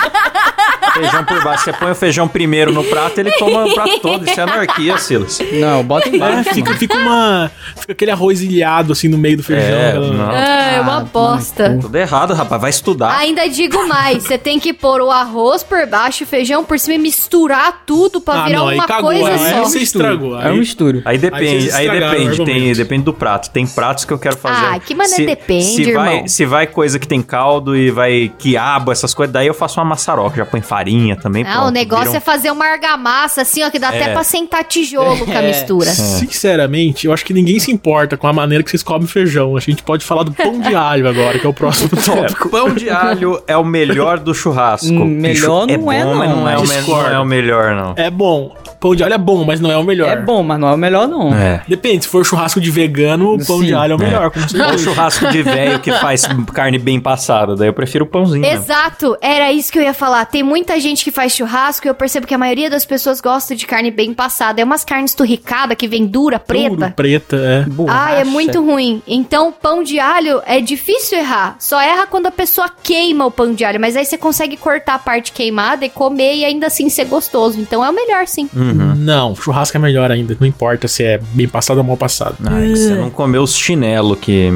Feijão por baixo. Você põe o feijão primeiro no prato, ele toma o prato todo. Isso é anarquia, Silas.
Não, bota
É,
embaixo.
fica, fica uma. Fica aquele arroz ilhado assim no meio do feijão. né?
É,
aquela-
não.
Ah, é uma
Ah,
bosta.
Tudo errado, rapaz. Vai estudar.
Ainda digo mais, você tem que pôr o arroz por baixo, o feijão por cima e misturar tudo pra
Ah,
virar
não, aí
uma
cagou,
coisa
aí
só.
você estragou.
É um
aí-
misturo.
Aí depende,
vocês
aí,
estragaram
depende,
o
tem,
argumento.
depende do prato. Tem pratos que eu quero fazer.
Ah, que maneira depende,
se vai,
irmão.
Se vai coisa que tem caldo e vai quiabo, essas coisas, daí eu faço uma maçaroca, já põe farinha também.
Ah,
pronto,
o negócio
vira
é fazer uma argamassa, assim, ó, que dá
É.
até pra sentar tijolo com a
É.
mistura.
Sinceramente, eu acho que ninguém se importa com a maneira que vocês comem feijão. A gente pode falar do pão de alho agora, que é o próximo
um-
tópico.
É, pão de alho é o melhor do churrasco.
Hum, melhor
Bicho,
não é,
bom, mas
não,
não é, o me-
discordo.
não é o melhor, não.
É bom. Pão de alho é bom, mas não é o melhor.
É bom, mas não é o melhor, não.
É.
Depende, se for churrasco de vegano, o pão
Sim,
de alho é o
é.
melhor. como você
Ou o
disse.
churrasco de velho que faz carne bem passada, daí eu prefiro o pãozinho. né?
Exato, era isso que eu ia falar. Tem muita gente que faz churrasco e eu percebo que a maioria das pessoas gosta de carne bem passada. É umas carnes turricada que vem dura,
Duro,
preta.
preta, é.
Ah, é
Borracha.
muito ruim. Então, pão de alho é difícil errar. Só erra quando a pessoa queima o pão de alho, mas aí você consegue cortar a parte queimada e comer e ainda assim ser gostoso. Então é o melhor sim.
Hum.
Uhum.
Não, churrasco é melhor ainda. Não importa se é bem passado ou mal passado.
Ai, você não comeu os chinelo que.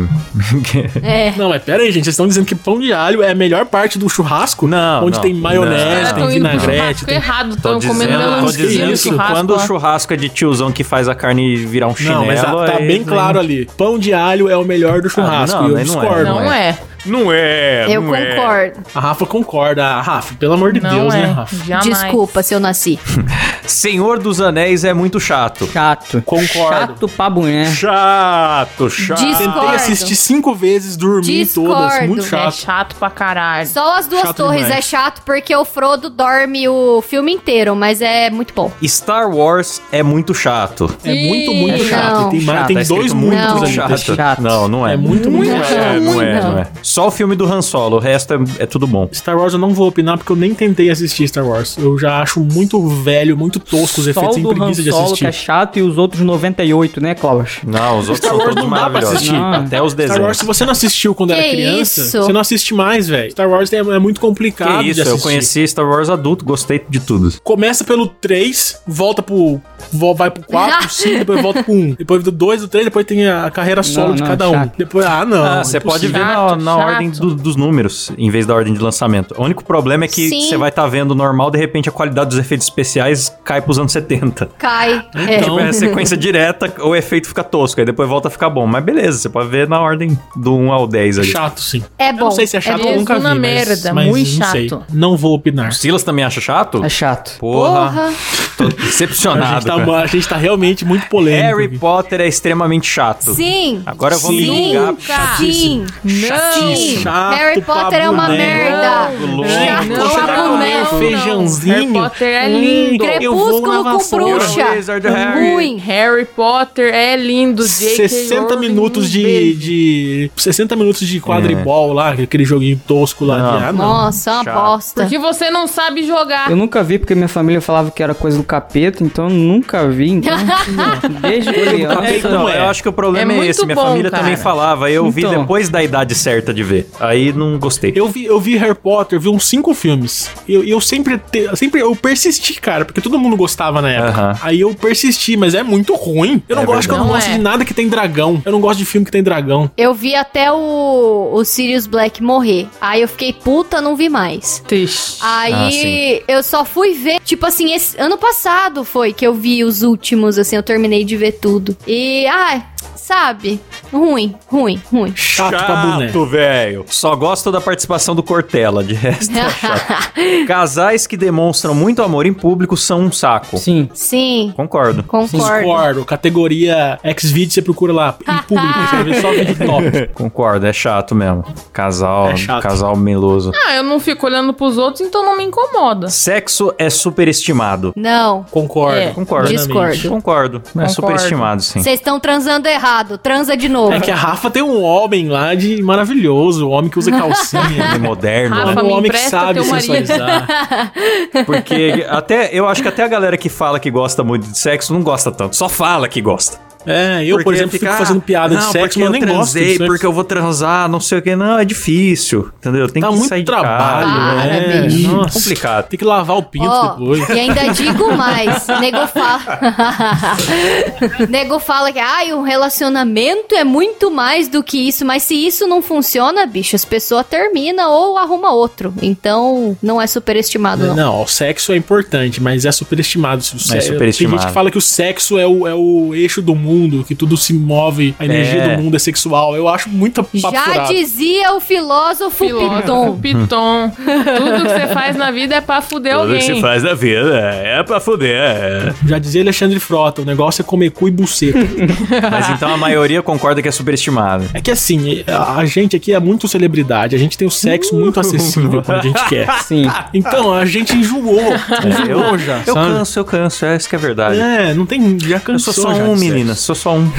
É.
Não, mas pera aí, gente. Vocês estão dizendo que pão de alho é a melhor parte do churrasco?
Não,
Onde
não,
tem
não.
maionese,
Cara,
tão
tem
indo pro
vinagrete.
churrasco
Tem...
errado,
Tô
estão comendo
dizendo, tô
melancia,
dizendo que
churrasco,
quando o
ó.
churrasco é de tiozão que faz a carne virar um chinelo.
Não, mas tá, tá
aí-
bem claro ali. Pão de alho é o melhor do churrasco.
não,
e eu
mas não é,
discordo.
Não é,
Não é,
Eu
não é.
concordo.
A Rafa concorda. Ah, Rafa, pelo amor de
não
Deus,
é.
né, Rafa?
Jamais.
Desculpa se eu nasci.
Senhor dos Anéis é muito chato.
Chato.
Concordo.
Chato pra boné.
Chato, chato.
Diz-
Tentei
Discordo.
assistir cinco vezes, dormi
Discordo.
todas. Muito
É
chato.
chato pra caralho.
Só as duas
Chato
torres
demais.
é chato porque o Frodo dorme o filme inteiro, mas é muito bom.
Star Wars é muito chato.
É muito, muito
Ih,
chato.
não.
E tem, mais-
Chato,
tem
tá escrito
dois
muito
Não.
muitos ali.
chato.
Chato.
Chato.
Não, não é.
É muito, muito
Não
chato.
é, não é,
Não.
não é. Só o filme do Han Solo, o resto é, é tudo bom.
Star Wars eu não vou opinar porque eu nem tentei assistir Star Wars. Eu já acho muito velho, muito tosco os
Só
efeitos,
o
sem
do Han
preguiça de
Solo que é
assistir.
chato e os outros 98, né, Klaus?
Não, os outros
Star
são
Wars
todos
não dá pra
maravilhosos.
assistir.
Não.
Até os
Star Wars,
desenhos.
se você não assistiu quando era
Que
criança,
isso?
você não assiste mais, velho. Star Wars é, é muito complicado
Que isso,
de
eu
assistir.
conheci Star Wars adulto, gostei de tudo.
Começa pelo 3, volta pro. vo- Vai pro 4, 5, depois volta pro 1. Depois do 2, do 3, depois tem a carreira solo
Não,
de
não,
cada um.
chato.
Depois. Ah, não.
Ah, você pode ver
impossível.
na,
Chato,
na
chato.
ordem do- dos números, em vez da ordem de lançamento. O único problema é que
Sim.
você vai estar vendo normal, de repente a qualidade dos efeitos especiais cai pros anos 70.
Cai.
Hum?
É.
Tipo, é a sequência direta, o efeito fica tosco, aí depois volta a ficar bom. Mas beleza, você pode ver na ordem do 1 ao 10 ali.
Chato, sim.
É
Eu
bom.
não sei se é chato,
é
eu nunca vi.
uma
mas-
merda,
mas
muito
não
chato.
sei. Não vou opinar.
O Silas também acha chato?
É chato.
Porra,
Porra.
tô
A
decepcionado.
gente, tá,
cara.
a gente tá realmente muito polêmico.
Harry Potter é extremamente chato.
Sim.
Agora eu vou me
Sim,
vingar.
cara. Sim.
Chatíssimo.
Sim.
Chato
Harry
pra
Potter é uma
boneco.
merda.
Louco.
Chato
Gente, você
pra
vai comer um
boneco.
feijãozinho?
Harry Potter é
Hum,
lindo.
eu vou
Crepúsculo
na
com
vassoura.
bruxa.
Wizard Harry.
Ruim.
Harry Potter é lindo, J.K.
60
Rowling,
minutos
um
de,
beijo.
de. 60 minutos de quadribol lá, é aquele joguinho tosco lá.
Não.
Ah, não.
Nossa, é uma
Chato.
bosta.
Porque você não sabe jogar.
Eu nunca vi porque minha família falava que era coisa do capeta, então eu nunca vi. Então, beijo
É,
criança.
então,
é.
eu acho que o problema
É
é,
muito
esse. Minha
bom,
família
cara.
também falava. Eu vi
Então.
depois da idade certa de ver. Aí não gostei.
Eu vi, eu vi Harry Potter, vi uns cinco filmes. E eu, e eu sempre, te- sempre eu persisti, cara, porque todo mundo gostava na época.
Aham.
Aí eu persisti, mas é muito ruim. Eu não
É
gosto, que eu não,
verdade.
gosto
Não é.
de nada que tem dragão. Eu não gosto de filme que tem dragão.
Eu vi até o, o Sirius Black morrer. Aí eu fiquei puta, não Ah, vi mais.
Triste.
Ah,
Aí eu só fui ver, tipo assim, esse ano passado foi que eu vi os últimos, assim, eu terminei de ver tudo. E, ai, sabe? Ruim, ruim, ruim.
Chato, pra boné.
velho. Só gosto da participação do Cortella, de resto é chato. Casais que demonstram muito amor em público são um saco.
Sim.
Sim,
Concordo.
concordo.
Discordo, categoria X-Video, você procura lá em público, você vai ver só vídeo top.
Concordo, é chato mesmo. Casal,
É chato.
casal meloso.
Ah, eu não fico olhando pros outros, então não me incomoda.
Sexo é superestimado.
Não,
Concordo.
É.
Concordo.
Discordo.
Concordo. É superestimado, sim.
vocês estão transando errado. Transa de novo.
É que a Rafa tem um homem lá de maravilhoso, um homem que usa calcinha.
É moderno,
Rafa,
né?
um
me
homem que
empresta
sabe
teu marido.
sensualizar.
porque até eu acho que até a galera que fala que gosta muito de sexo não gosta tanto, só fala que gosta.
É, eu, por
Porque
exemplo,
fica,
fico fazendo piada de
"Não, porque
sexo, mas eu nem gosto de
transei,
sexo.
porque eu vou transar, não sei o que. Não, é difícil, entendeu? Tem
Dá
que
Tá muito
sair de
trabalho,
casa. É,
né?
Ih,
nossa,
complicado.
complicado.
Tem que lavar o pinto
Ó,
depois.
E ainda digo mais. Nego fala. Nego fala que ah, um relacionamento é muito mais do que isso. Mas se isso não funciona, bicho, as pessoas terminam ou arruma outro. Então não é superestimado, não.
Não, o sexo é importante, mas é superestimado. Se o sexo-
superestimado.
Tem gente que fala que o sexo é o, é o eixo do mundo, que tudo se move, a energia
É.
do mundo é sexual. Eu acho muita papo
Já
furado.
dizia o filósofo,
Filósofo,
Piton.
Piton. Tudo que você faz na vida é pra fuder alguém.
faz na vida é pra foder.
Já dizia Alexandre Frota, o negócio é comer cu e buceta.
Mas então a maioria concorda que é superestimado.
É que assim, a gente aqui é muito celebridade, a gente tem o sexo muito acessível quando a gente quer.
Sim.
Então a gente
Eu,
enjoou, enjoou já,
eu
sabe?
canso, eu canso, é isso que é verdade.
É, não tem, já
eu
cansou
sou só
já de
um,
sexo.
menina, sou só um.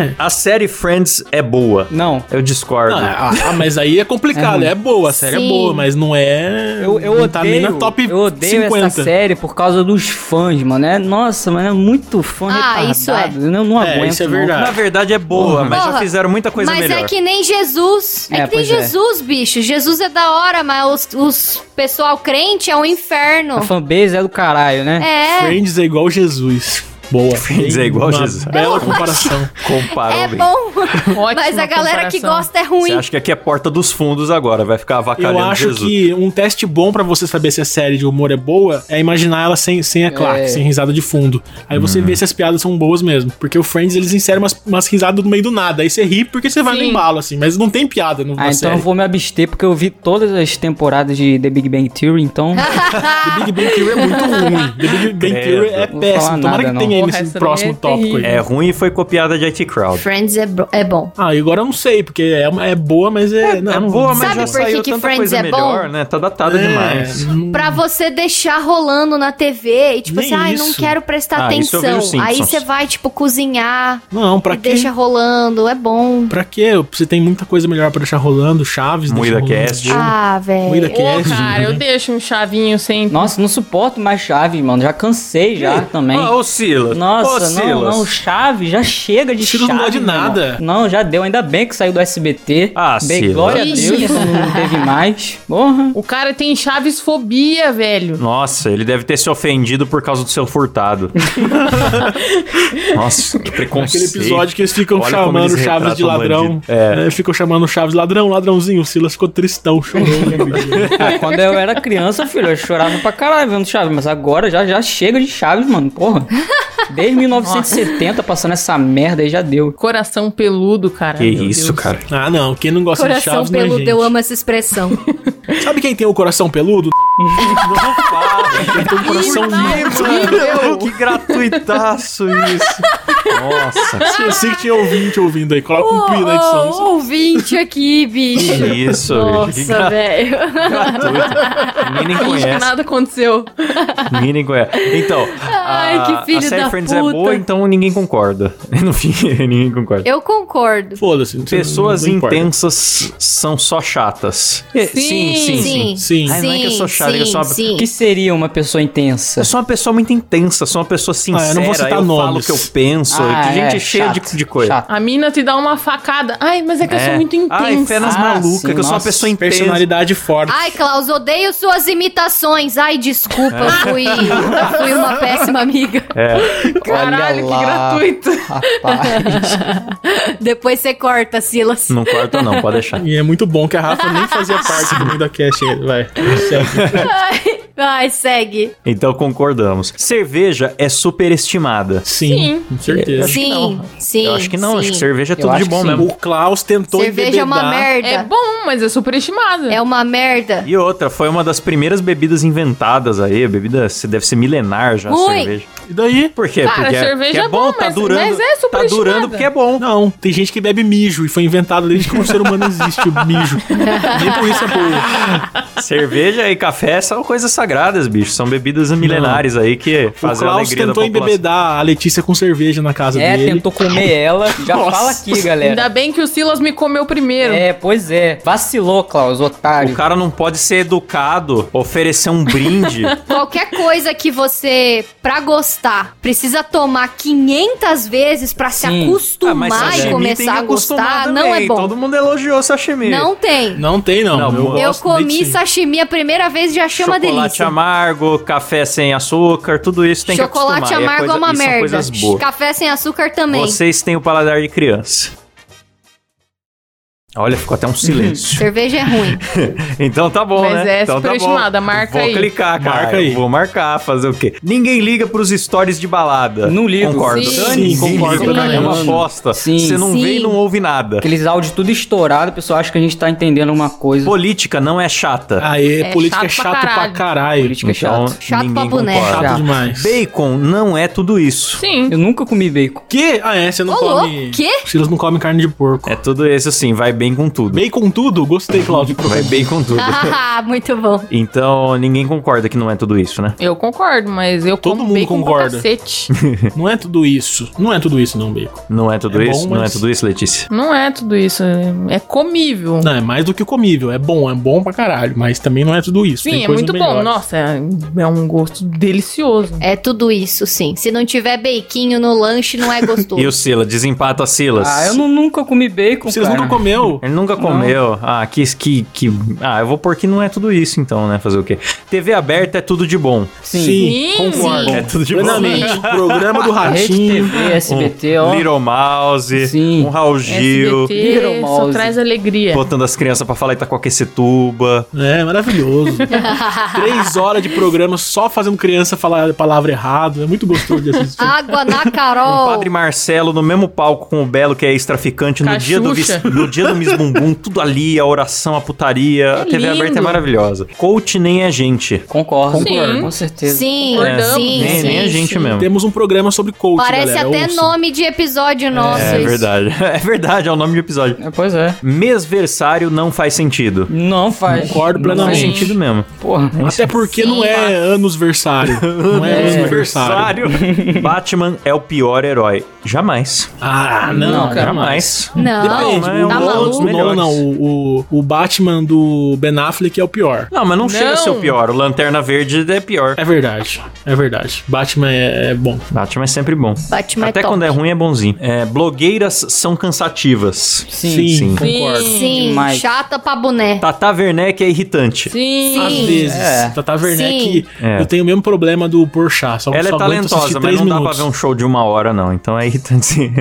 É.
A série Friends é boa.
Não.
Eu discordo.
Não, ah, ah, mas aí é complicado, é, boa, a série é
Sim.
boa, mas não é...
Eu, eu
não
odeio,
tá nem na top
eu odeio
50.
essa série por causa dos fãs, mano. É, nossa, mano, é muito fã
Ah,
retardado.
isso é.
Eu não, não
É,
aguento,
isso é
não.
verdade.
Na verdade é boa, mas já
Porra.
fizeram muita coisa
mas
melhor.
é que nem Jesus. É,
É,
que nem
pois é.
Jesus, bicho. Jesus é da hora, mas os, os pessoal crente é um
A
inferno.
fanbase é do caralho, né?
É.
Friends é igual Jesus. Boa.
Friends é igual
Uma
Jesus.
Bela comparação.
Comparou
É
bem.
bom,
Ótima
mas a galera que
comparação.
gosta é
Você
ruim.
acha que aqui é porta dos fundos agora, vai ficar
Eu
avacalhando
acho
Jesus.
que um teste bom pra você saber se a série de humor é boa é imaginar ela sem, sem a claque,
É.
sem risada de fundo. Aí
Uhum.
você vê se as piadas são boas mesmo. Porque o Friends, eles inserem umas, umas risadas no meio do nada. Aí você ri porque você vai no
Sim.
embalo, assim. Mas não tem piada no,
Ah,
na
então eu
série.
vou me abster porque eu vi todas as temporadas de The Big Bang Theory, então.
The Big Bang Theory é muito ruim. The Big Bang
Credo.
Theory é
Não vou
péssimo.
falar
Tomara
nada,
que
não.
tenha ele
Porra,
nesse
essa
próximo
daí é
tópico aí.
É ruim e foi copiada de IT Crowd.
Friends é, bro- é bom.
Ah, e agora eu não sei, porque é, uma- é boa, mas é. não,
é
eu não vou-
boa, mas
Sabe
já
por que
saiu
que
tanta
Friends
coisa
é
melhor,
bom?
né? Tá datada
É,
demais.
Pra você deixar rolando na TV e tipo
Nem
assim, ai, não
isso.
quero prestar
Ah, isso eu vi
atenção.
os
Aí
Simpsons.
você vai, tipo, cozinhar
Não, pra
e
quê?
deixa rolando, é bom.
Pra quê? Você tem muita coisa melhor pra deixar rolando, Chaves,
Moída
deixa rolando.
Cast.
Ah,
Moída
velho.
é
Cast.
Pô, cara, eu deixo um chavinho sem.
Nossa, não suporto mais Chaves, mano. Já cansei já
Tá
É.
também.
Ó, o Silas. Ó,
Nossa, não,
Silas.
não, Chaves, já chega de
Silas
Chaves.
não gosta de
meu irmão.
nada.
Não, já deu, ainda bem que saiu do SBT.
Ah,
bem,
Silas.
Glória a Deus,
Ih.
não, não teve mais. Porra.
O cara tem chaves fobia, velho.
Nossa, ele deve ter se ofendido por causa do seu furtado. Nossa, que preconceito.
Aquele episódio que eles ficam
Olha como
chamando
eles
o Chaves de
retratam o
ladrão.
bandido. É.
Né, ficam chamando o Chaves ladrão, ladrãozinho. O Silas ficou tristão, chorando.
Ah, quando eu era criança, filho, eu chorava pra caralho vendo Chaves, mas agora já, já chega de Chaves, mano, porra. Desde 1970 passando essa merda aí já deu.
Coração peludo, cara.
Que
Meu
isso,
Deus.
cara.
ah, não. Quem não gosta de
Coração
Chaves não é
peludo,
gente.
eu amo essa expressão.
Sabe quem tem o coração peludo?
Que mano, que gratuitaço isso.
Ah!
Nossa,
Eu sei que tinha ouvinte ouvindo aí. Coloca um
é
pi na
Ô,
edição.
ô, ouvinte
que
aqui, bicho.
isso, bicho, que
Nossa,
gra-
velho.
gratuito. Ninguém nem
Finge que
conhece.
nada aconteceu.
Ninguém conhece. Então,
Ai,
a,
que
a
filho
série
da
Friends é
puta.
boa, então ninguém concorda. No fim, ninguém concorda.
Eu concordo.
Foda-se. não-
Pessoas
não importa.
intensas são só chatas.
Sim,
Sim.
Sim.
Ai, não é que eu sou chato, eu sou uma-
O que seria uma pessoa intensa?
Eu sou uma pessoa muito intensa, sou uma pessoa sincera.
Ah, eu não vou citar
eu falo o
nomes.
que eu penso.
Ah,
gente
é,
cheia de,
chato,
de coisa.
chato.
A mina te dá uma facada. Ai, mas é que eu sou muito intensa.
Ai, fé nas
Ah,
malucas, que
sim,
eu sou uma
nossa,
pessoa intensa.
Personalidade forte.
Ai, Klaus, odeio suas imitações. Ai, desculpa, eu fui, eu fui uma péssima amiga.
É,
Caralho, que
Olha lá,
gratuito.
Rapaz.
Depois você corta, Silas.
Não corta não, pode deixar.
E é muito bom que a Rafa nem fazia parte do mundo da cast. Vai. segue.
Ai, segue.
Então concordamos. Cerveja é superestimada.
Sim, com certeza.
Sim, sim.
Eu acho que não,
sim.
acho que cerveja é
Eu
tudo de
acho
bom
que sim.
mesmo.
O Klaus tentou
Cerveja é uma
embebedar.
merda.
É
É,
bom, mas é superestimada.
uma merda.
E outra, foi uma das primeiras bebidas inventadas aí, a bebida se- deve ser milenar já, a
Ui.
cerveja.
E daí?
Por quê?
Cara,
porque é,
cerveja
porque é
é
bom,
bom,
tá
mas-
durando.
mas é
tá durando
superestimada.
porque é bom.
Não, tem gente que bebe mijo e foi inventado desde que o ser humano existe o mijo. Nem por isso é boa.
Cerveja e café são coisas sagradas, bicho. São bebidas milenares aí que
O
fazem a
Klaus
alegria da
tentou
população.
embebedar a Letícia com cerveja na casa
É,
dele.
tentou comer ela. Já fala aqui, galera.
Ainda bem que o Silas me comeu primeiro.
É, pois é. Vacilou, Klaus,
O
otário.
cara não pode ser educado, oferecer um brinde.
Qualquer coisa que você, pra gostar, precisa tomar 500 vezes pra se
Sim.
Ah, mas
acostumar
sashimi
e
tem que
começar a
acostumar
gostar,
também.
não é bom.
Todo mundo elogiou sashimi.
Não tem.
Não tem, não.
Não, eu
Eu
gosto desde
comi
sempre.
sashimi a primeira vez e já achei uma
Chocolate
delícia.
amargo, café sem açúcar, tudo isso tem
Chocolate
que acostumar. e
amargo é,
coisa-
uma
e são
merda.
coisas boas.
Café sem açúcar também.
Vocês têm o paladar de criança. Olha, ficou até um silêncio.
Cerveja é ruim.
então tá bom,
Mas
né?
é
então tá bom.
superestimada, marca
vou
aí.
clicar, cara.
Marca aí.
Vou marcar, fazer o quê? Ninguém liga pros stories de balada.
Não ligo.
Concordo.
Sim.
Dane-se,
Sim,
concordo.
sim.
né? É uma aposta.
Sim.
Você não vê e
Sim.
não ouve nada.
Aqueles áudios tudo estourado, o pessoal acha que a gente tá entendendo uma coisa.
Política não é chata. Então,
Aê,
É
política
chato pra
é chato pra
caralho.
caralho.
Política Ah, é chata.
Chato né?
ninguém
pra boneco.
concorda.
Chato.
Chato demais.
Bacon não é tudo isso.
Sim.
Eu nunca comi bacon.
Que? Ah, é, você não
Ô,
come...
louco, quê?
O Silas não come carne de porco.
É tudo isso assim, vai bem com tudo.
Bacon tudo? Gostei, Cláudio.
Vai bem com tudo.
Ah, muito bom.
Então, ninguém concorda que não é tudo isso, né?
Eu concordo, mas eu
Todo
como
mundo
bacon
concorda.
pra cacete.
Não é tudo isso. Não é tudo isso, não, bacon.
Não é tudo
É bom,
isso? Não é
mas-
tudo isso, Letícia?
Não é tudo isso. É é comível.
Não, é mais do que comível. É bom, é bom pra caralho. Mas também não é tudo isso.
Sim,
Tem
é
coisas
muito bom.
melhores.
Nossa, é é um gosto delicioso.
É tudo isso, sim. Se não tiver beiquinho no lanche, não é gostoso.
E o Sila? Desempata Silas.
Ah, eu não- nunca comi bacon,
O Silas
cara.
nunca comeu.
Ele nunca comeu. Ah, que, que, que. Ah, eu vou pôr que não é tudo isso, então, né? Fazer o quê? TV aberta é tudo de bom.
Sim.
concordo.
sim.
É tudo de bom.
Plenamente. Programa do
Rede
Ratinho.
TV, SBT, ó.
Um Little Mouse,
Sim.
um Raul Gil,
SBT só
Mouse.
traz alegria.
botando as crianças pra falar Itacoaquecetuba.
É, maravilhoso. Três horas de programa só fazendo criança falar a palavra errado. É muito gostoso de assistir.
Água na
O
Carol.
Um Padre Marcelo no mesmo palco com o Belo, que é ex-traficante, no
Cachucha.
dia, do, vis- no dia do Miss Bumbum, tudo ali, a oração, a putaria. a TV
lindo.
aberta é maravilhosa. Coach nem é gente. É,
Concordo,
Sim.
com certeza.
Sim,
Concordamos.
sim,
nem,
sim.
nem é gente
sim.
mesmo.
Temos um programa sobre coach,
Ah. Parece
galera.
até
Ouçam.
nome de episódio nosso.
É
isso.
verdade. É verdade, é o nome do episódio.
É, pois é.
Mesversário não faz sentido.
Não faz.
Concordo
Não
Faz
faz
plenamente.
sentido mesmo.
sentido. Porra.
Até porque
Sim,
não é
mas-
anos versário. Não é anos versário.
Batman é o pior herói. Jamais.
Ah, não,
Não,
cara,
cara,
jamais.
Jamais.
Não,
Depende,
mas é
o,
tá
um
Nolan-
dos
o
maluco.
melhores.
Nolan não, o, o- o Batman do Ben Affleck é o pior.
Não, mas não, chega a ser o
Não.
pior. O Lanterna Verde é pior.
É verdade, é verdade. Batman é, é bom.
Batman é sempre bom.
Batman
Até
é top.
quando é ruim é bonzinho. É, blogueiras são cansativas.
Sim.
sim.
concordo.
Sim,
demais.
chata pra boné.
Tata Werneck é irritante.
Sim.
Às vezes.
É.
Tata Werneck,
Sim.
É.
eu tenho o mesmo problema do Porchat. Só,
Ela é
só aguento assistir
talentosa, mas
três
não dá pra
minutos.
ver um show de uma hora, não. Então é irritante sim.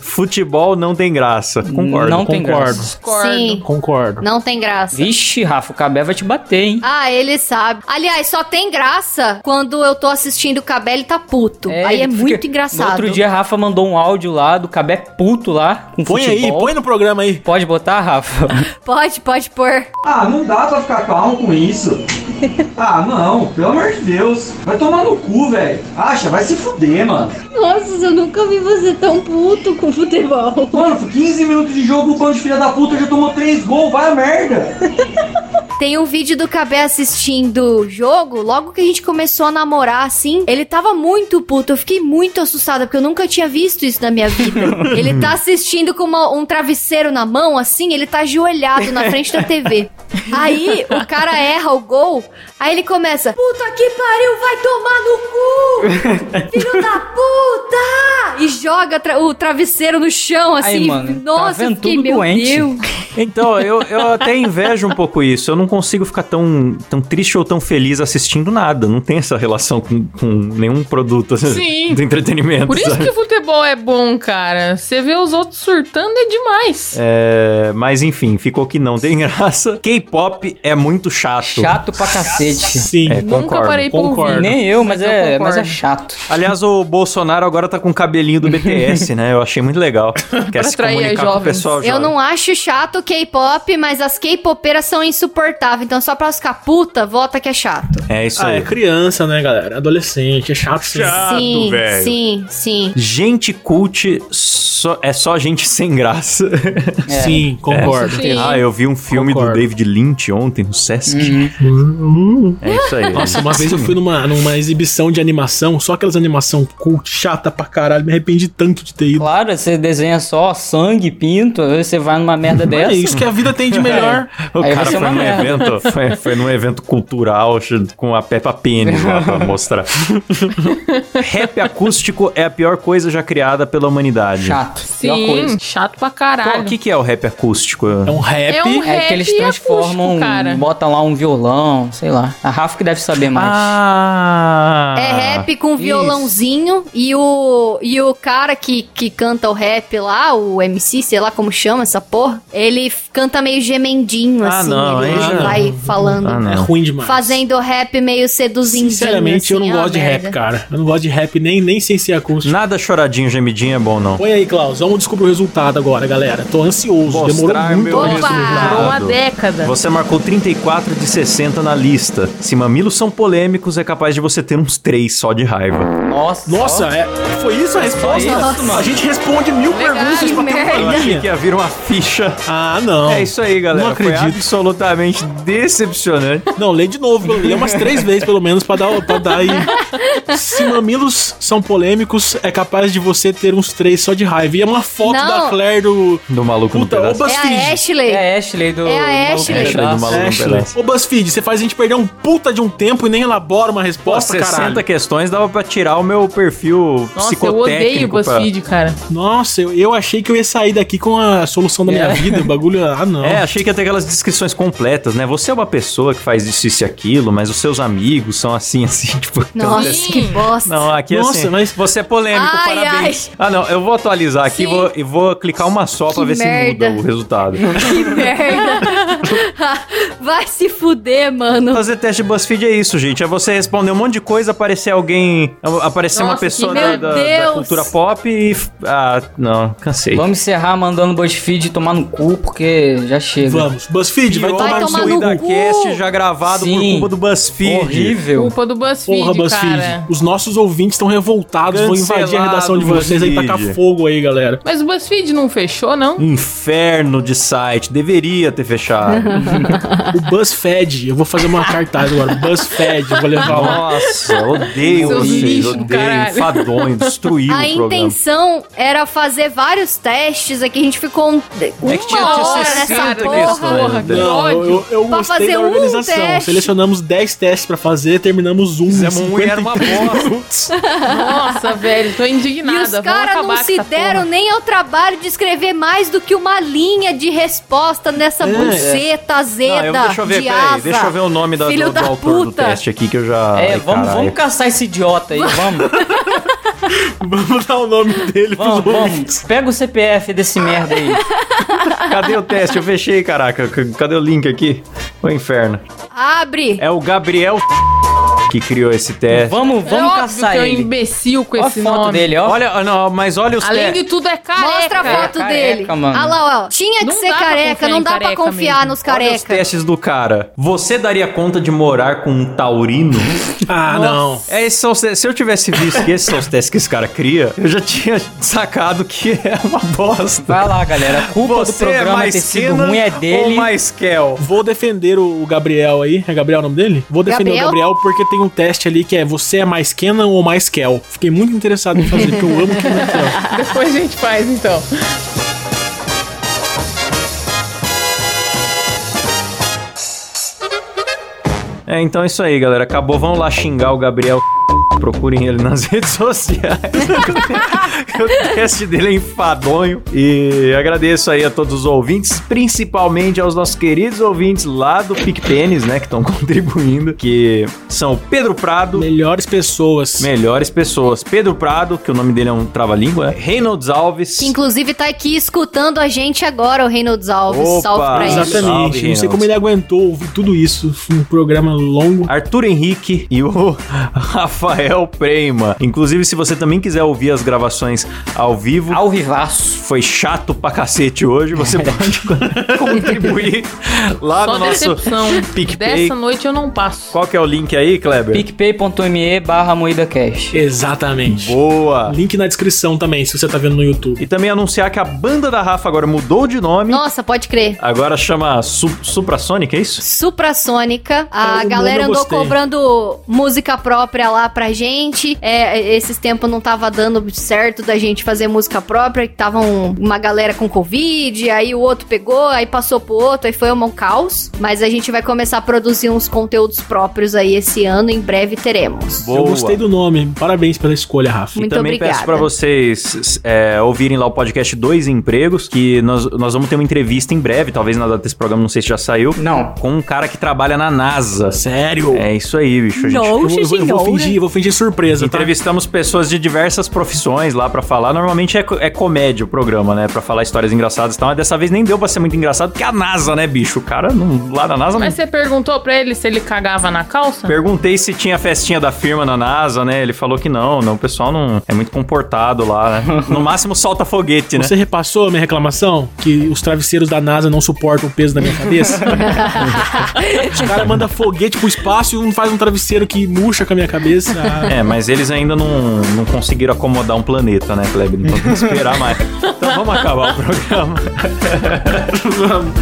Futebol não tem graça. Concordo.
Não tem
concordo.
graça.
Concordo.
Sim,
Concordo.
não tem graça.
Vixe, Rafa, o Cabé vai te bater, hein?
Ah, ele sabe. Aliás, só tem graça quando eu tô assistindo o Cabelo e tá puto. Aí é
fica-
muito
No
engraçado.
outro dia, Rafa mandou um áudio lá do Cabé puto lá, com
Põe aí,
futebol.
põe no programa aí.
Pode botar, Rafa?
Pode, pode pôr.
Ah, não dá pra ficar calmo com isso. Ah, não, pelo amor de Deus. Vai tomar no cu, velho. Acha, vai se fuder, mano.
Nossa, eu nunca vi você tão puto com futebol.
Mano, 15 minutos de jogo, o bando de filha da puta já tomou 3 gols, vai a merda.
Tem um vídeo do Cabé assistindo o jogo. Logo que a gente começou a namorar, assim, ele tava muito puto. Eu fiquei muito assustada, porque eu nunca tinha visto isso na minha vida. ele tá assistindo com uma- um travesseiro na mão, assim, ele tá ajoelhado na frente da TV. Aí o cara erra o gol, aí ele começa: Puta que pariu, vai tomar no cu! Filho da puta! E joga tra- o travesseiro no chão, assim.
Aí, mano, tá
Nossa, eu
vendo?
fiquei,
Tudo
meu
doente."
Deus.
Então, eu, eu até invejo um pouco isso. Eu não consigo ficar tão, tão triste ou tão feliz assistindo nada. Não tem essa relação com, com nenhum produto
Sim.
do entretenimento.
Por isso
sabe?
que o futebol é bom, cara. Você vê os outros surtando é demais.
É, mas enfim, ficou que não tem graça. K-pop é muito chato.
Chato pra cacete.
Sim.
É,
Nunca
concordo.
parei pra
concordo.
ouvir.
Nem eu, mas,
Mas eu
é,
concordo.
mas é chato.
Aliás, o Bolsonaro agora tá com o cabelinho do BTS, né? Eu achei muito legal. Quer se
atrair
comunicar com o
jovens.
pessoal jovem.
Eu não acho chato o K-pop, mas as K-popeiras são insuportáveis. Então só pra ficar puta, vota que é chato.
É isso
Ah,
aí.
é criança, né, galera? Adolescente, é chato. sim.
sim, sim, sim.
Gente cult só- é só gente sem graça.
Sim, concordo.
Sim.
Ah, eu vi um filme
Concordo.
do David Lynch ontem no Sesc. É isso aí.
Nossa, uma vez eu fui numa, numa exibição de animação, só aquelas animação cult, chata pra caralho, me arrependi tanto de ter ido.
Claro, você desenha só sangue, pinto, aí você vai numa merda
É
dessa.
isso que a vida tem de melhor.
O
Aí
cara
vai ser
foi
uma
num,
merda.
evento, foi, foi num evento cultural junto com a Peppa Pênis lá pra mostrar. Rap acústico é a pior coisa já criada pela humanidade.
Chato. é Pior coisa.
Sim, chato pra
Qual- O
caralho.
que, que é o rap acústico?
É um rap.
É um
É que eles
Rap
transformam,
acústico, cara.
botam lá um violão, sei lá. A Rafa que deve saber mais.
Ah!
É rap com violãozinho e o, e o cara que, que canta o rap lá, o MC, sei lá como chama essa porra, ele f- canta meio gemendinho,
Ah,
assim.
não,
ele
aí
já
vai
não.
falando.
Ah, não.
É ruim demais.
Fazendo assim, rap meio seduzindo.
Sinceramente, eu não gosto de rap, cara. Eu não gosto de rap nem, nem sem ser acústico.
Nada choradinho, gemidinho é bom, não.
Põe aí, Klaus. Vamos descobrir o resultado agora, galera. Tô ansioso.
Mostrar
Demorou muito.
meu
Opa!
resultado.
Durou uma década.
Você marcou 34 de 60 na lista. Se mamilos são polêmicos, é capaz de você ter uns 3 só de raiva.
Nossa.
Nossa, é... foi isso a resposta?
isso, mano.
a gente responde mil perguntas pra ter
merda.
uma
Eu achei
palhinha.
que ia vir uma ficha.
Ah, não.
É isso aí, galera.
Não
Foi
acredito.
absolutamente decepcionante.
Não, lê de novo. Lê umas três vezes, pelo menos, pra dar, pra dar aí. Se mamilos são polêmicos, é capaz de você ter uns três só de raiva. E é uma foto
Não.
da Claire do...
Do maluco
Puta,
no
o
Um pedaço.
É
BuzzFeed.
a Ashley.
É a Ashley do.
É a
do-
Ashley.
Ashley do maluco no
É, Ashley.
pedaço.
Ô, BuzzFeed, você faz a gente perder um puta de um tempo e nem elabora uma
Pô,
resposta,
60
caralho.
questões dava pra tirar o meu perfil
Nossa, eu odeio o
psicotécnico. pra-
BuzzFeed, cara.
Nossa, eu, eu achei que eu ia sair daqui com a solução da minha vida. O bagulho, ah, não.
É, achei que ia ter aquelas descrições completas, né? Você é uma pessoa que faz isso, isso e aquilo, mas os seus amigos são assim, assim, tipo...
Nossa,
tantas-
que bosta.
Não, aqui é
Nossa,
assim,
mas-
você é polêmico,
Ai,
parabéns. Ah, não, eu vou atualizar aqui
Sim.
e vou, e vou clicar uma só pra
Que
ver
merda.
se muda o resultado.
Que merda. Vai se fuder, mano.
Fazer teste de BuzzFeed é isso, gente. É você responder um monte de coisa, aparecer alguém... Aparecer uma
Nossa, que
pessoa da,
meu
da- da
Deus.
cultura pop e... f- Ah, não, cansei.
Vamos encerrar mandando BuzzFeed tomar no cu, porque já chega.
Vamos. BuzzFeed, vai
Pior
tomar no
tomar
seu...
no
da
cu.
cast já gravado por
Sim.
culpa do BuzzFeed.
Horrível.
Culpa do BuzzFeed,
Porra, BuzzFeed.
cara.
Os nossos ouvintes estão revoltados. Vão invadir a
Cancelado,
redação de vocês aí e tacar
BuzzFeed.
fogo aí, galera.
Mas o BuzzFeed não fechou, não?
Um Inferno de site, deveria ter fechado.
O BuzzFed, eu vou fazer uma cartaz agora. BuzzFed, eu vou levar um- lá.
Nossa, odeio
é um
Seus
vocês,
lixo,
odeio,
caralho.
enfadonho, destruiu o
A
programa.
intenção era fazer vários testes aqui. A gente ficou um, uma
É que tinha- tinha
hora
60
nessa
questões,
porra.
né?
Que
Não,
ódio.
eu, eu
Pra
gostei
fazer
da
um
organização.
teste.
Selecionamos 10 testes pra fazer, terminamos um. em
Fizemos um e era uma
53
bosta.
minutos.
Nossa, velho, tô indignada.
E os
Vamos
caras
acabar
não
com
se
essa
deram
porra.
nem ao trabalho de escrever mais do que uma linha de resposta nessa buceta
É, Não,
azeda
eu, deixa eu ver,
de
peraí,
asa.
deixa eu ver um- o nome da,
Filho
do, do
da
autor do
puta.
teste aqui que eu já.
É,
Ai,
vamos,
caralho.
vamos caçar esse idiota aí, vamos.
Vamos dar o nome dele pros
Vamos,
ouvintes.
vamos. Pega o CPF desse merda aí.
Cadê o teste? Eu fechei, caraca. C- Cadê o link aqui? O inferno.
Abre.
É o Gabriel que criou esse teste.
Vamos,
é
vamos
óbvio
caçar
que é um
ele.
imbecil com
Olha a
esse
foto
nome.
dele, ó.
Olha, ah, não, mas olha os
Além de
te-
tudo, é careca.
Mostra a foto
careca,
dele.
mano.
Ah lá, ó. Tinha que
Não
ser
dá pra
careca,
confiar
não
em
dá pra
careca
confiar
mesmo.
Olha
nos
os
careca.
testes do cara. Você daria conta de morar com um taurino?
Ah, não.
É, esses são os testes. Se eu tivesse visto que esses são os testes que esse cara cria, eu já tinha sacado que é uma bosta.
Vai lá, galera. A culpa do programa ter sido
Senna
ruim é
é ou
dele.
mais Kel?
Vou defender o Gabriel aí. É Gabriel o nome dele? Vou defender o
Gabriel?
Gabriel porque tem um teste ali que é você é mais Kenan ou mais Kel. Fiquei muito interessado em fazer, porque eu amo Kenan Kel.
Depois a gente faz, então.
É, então é isso aí, galera. Acabou. Vamos lá xingar o Gabriel. Procurem ele nas redes sociais. porque o cast dele é enfadonho. E agradeço aí a todos os ouvintes, principalmente aos nossos queridos ouvintes lá do PicPenis, né, que estão contribuindo, que são o Pedro Prado,
Melhores pessoas.
melhores pessoas. Pedro Prado, que o nome dele é um trava-língua, né? Reynolds Alves.
Que inclusive tá aqui escutando a gente agora, o Reynolds Alves.
Opa,
Salve pra ele.
exatamente. Salve,
Exatamente. Não sei
Reynolds.
como ele aguentou ouvir tudo isso num programa longo.
Arthur Henrique e o Rafael Prema. Inclusive, se você também quiser ouvir as gravações ao vivo,
Ao vivaço.
foi chato pra cacete hoje, você pode con- contribuir lá
Só
no nosso
decepção.
PicPay.
Dessa noite eu não passo.
Qual que é o link aí, Kleber?
picpay.me barra moídacast.
Exatamente.
Boa!
Link na descrição também, se você tá vendo no YouTube.
E também anunciar que a banda da Rafa agora mudou de nome.
Nossa, pode crer.
Agora chama Su Suprasonic, é isso?
Suprassônica.
Ah, o
A
nome eu
galera andou
gostei.
cobrando música própria lá pra gente. É, esses tempos não tava dando certo da gente fazer música própria, que tava um- uma galera com Covid, aí o outro pegou, aí passou pro outro, aí foi um caos. Mas a gente vai começar a produzir uns conteúdos próprios aí esse ano, em breve teremos.
Boa.
Eu gostei do nome. Parabéns pela escolha, Rafa.
E
Muito
também
obrigada.
peço pra vocês é, ouvirem lá o podcast Dois Empregos, que nós, nós vamos ter uma entrevista em breve, talvez na data desse programa, não sei se já saiu,
Não.
com um cara que trabalha na NASA.
Sério?
É isso aí, bicho. A gente
Eu, eu vou- eu vou
né?
fingir, eu vou fingir surpresa, tá?
Entrevistamos pessoas de diversas profissões lá pra falar. Normalmente é, co- é comédia o programa, né? Pra falar histórias engraçadas e tal. Mas dessa vez nem deu pra ser muito engraçado, porque é a NASA, né, bicho? O cara não, lá na NASA não.
é-
Mas você perguntou pra ele se ele cagava na calça?
Perguntei se tinha festinha da firma na NASA, né? Ele falou que não, não. O pessoal não é muito comportado lá, né? No máximo solta foguete, né?
Você repassou a minha reclamação? Que os travesseiros da NASA não suportam o peso da minha cabeça? os caras mandam foguete pro espaço e um faz um travesseiro que murcha com a minha cabeça. Ah,
É, mas eles ainda não, não conseguiram acomodar um planeta, né, Kleber? Então tem que esperar mais. Então vamos acabar o programa. vamos.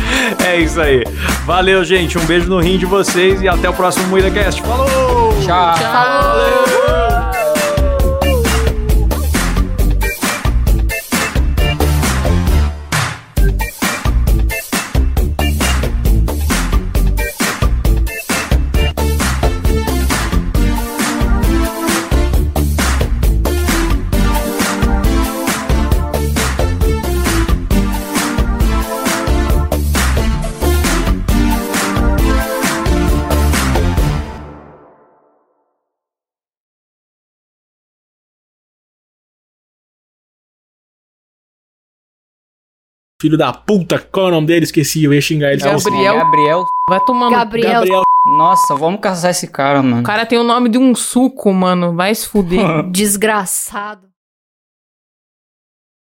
É isso aí. Valeu, gente. Um beijo no rim de vocês e até o próximo MuidaCast. Falou!
Tchau.
Filho da puta, qual é o nome dele? Esqueci, eu ia xingar ele.
Gabriel.
Gabriel.
Vai tomar no
Gabriel,
Gabriel.
Nossa, vamos caçar esse cara, mano.
O cara tem o nome de um suco, mano. Vai se fuder.
desgraçado.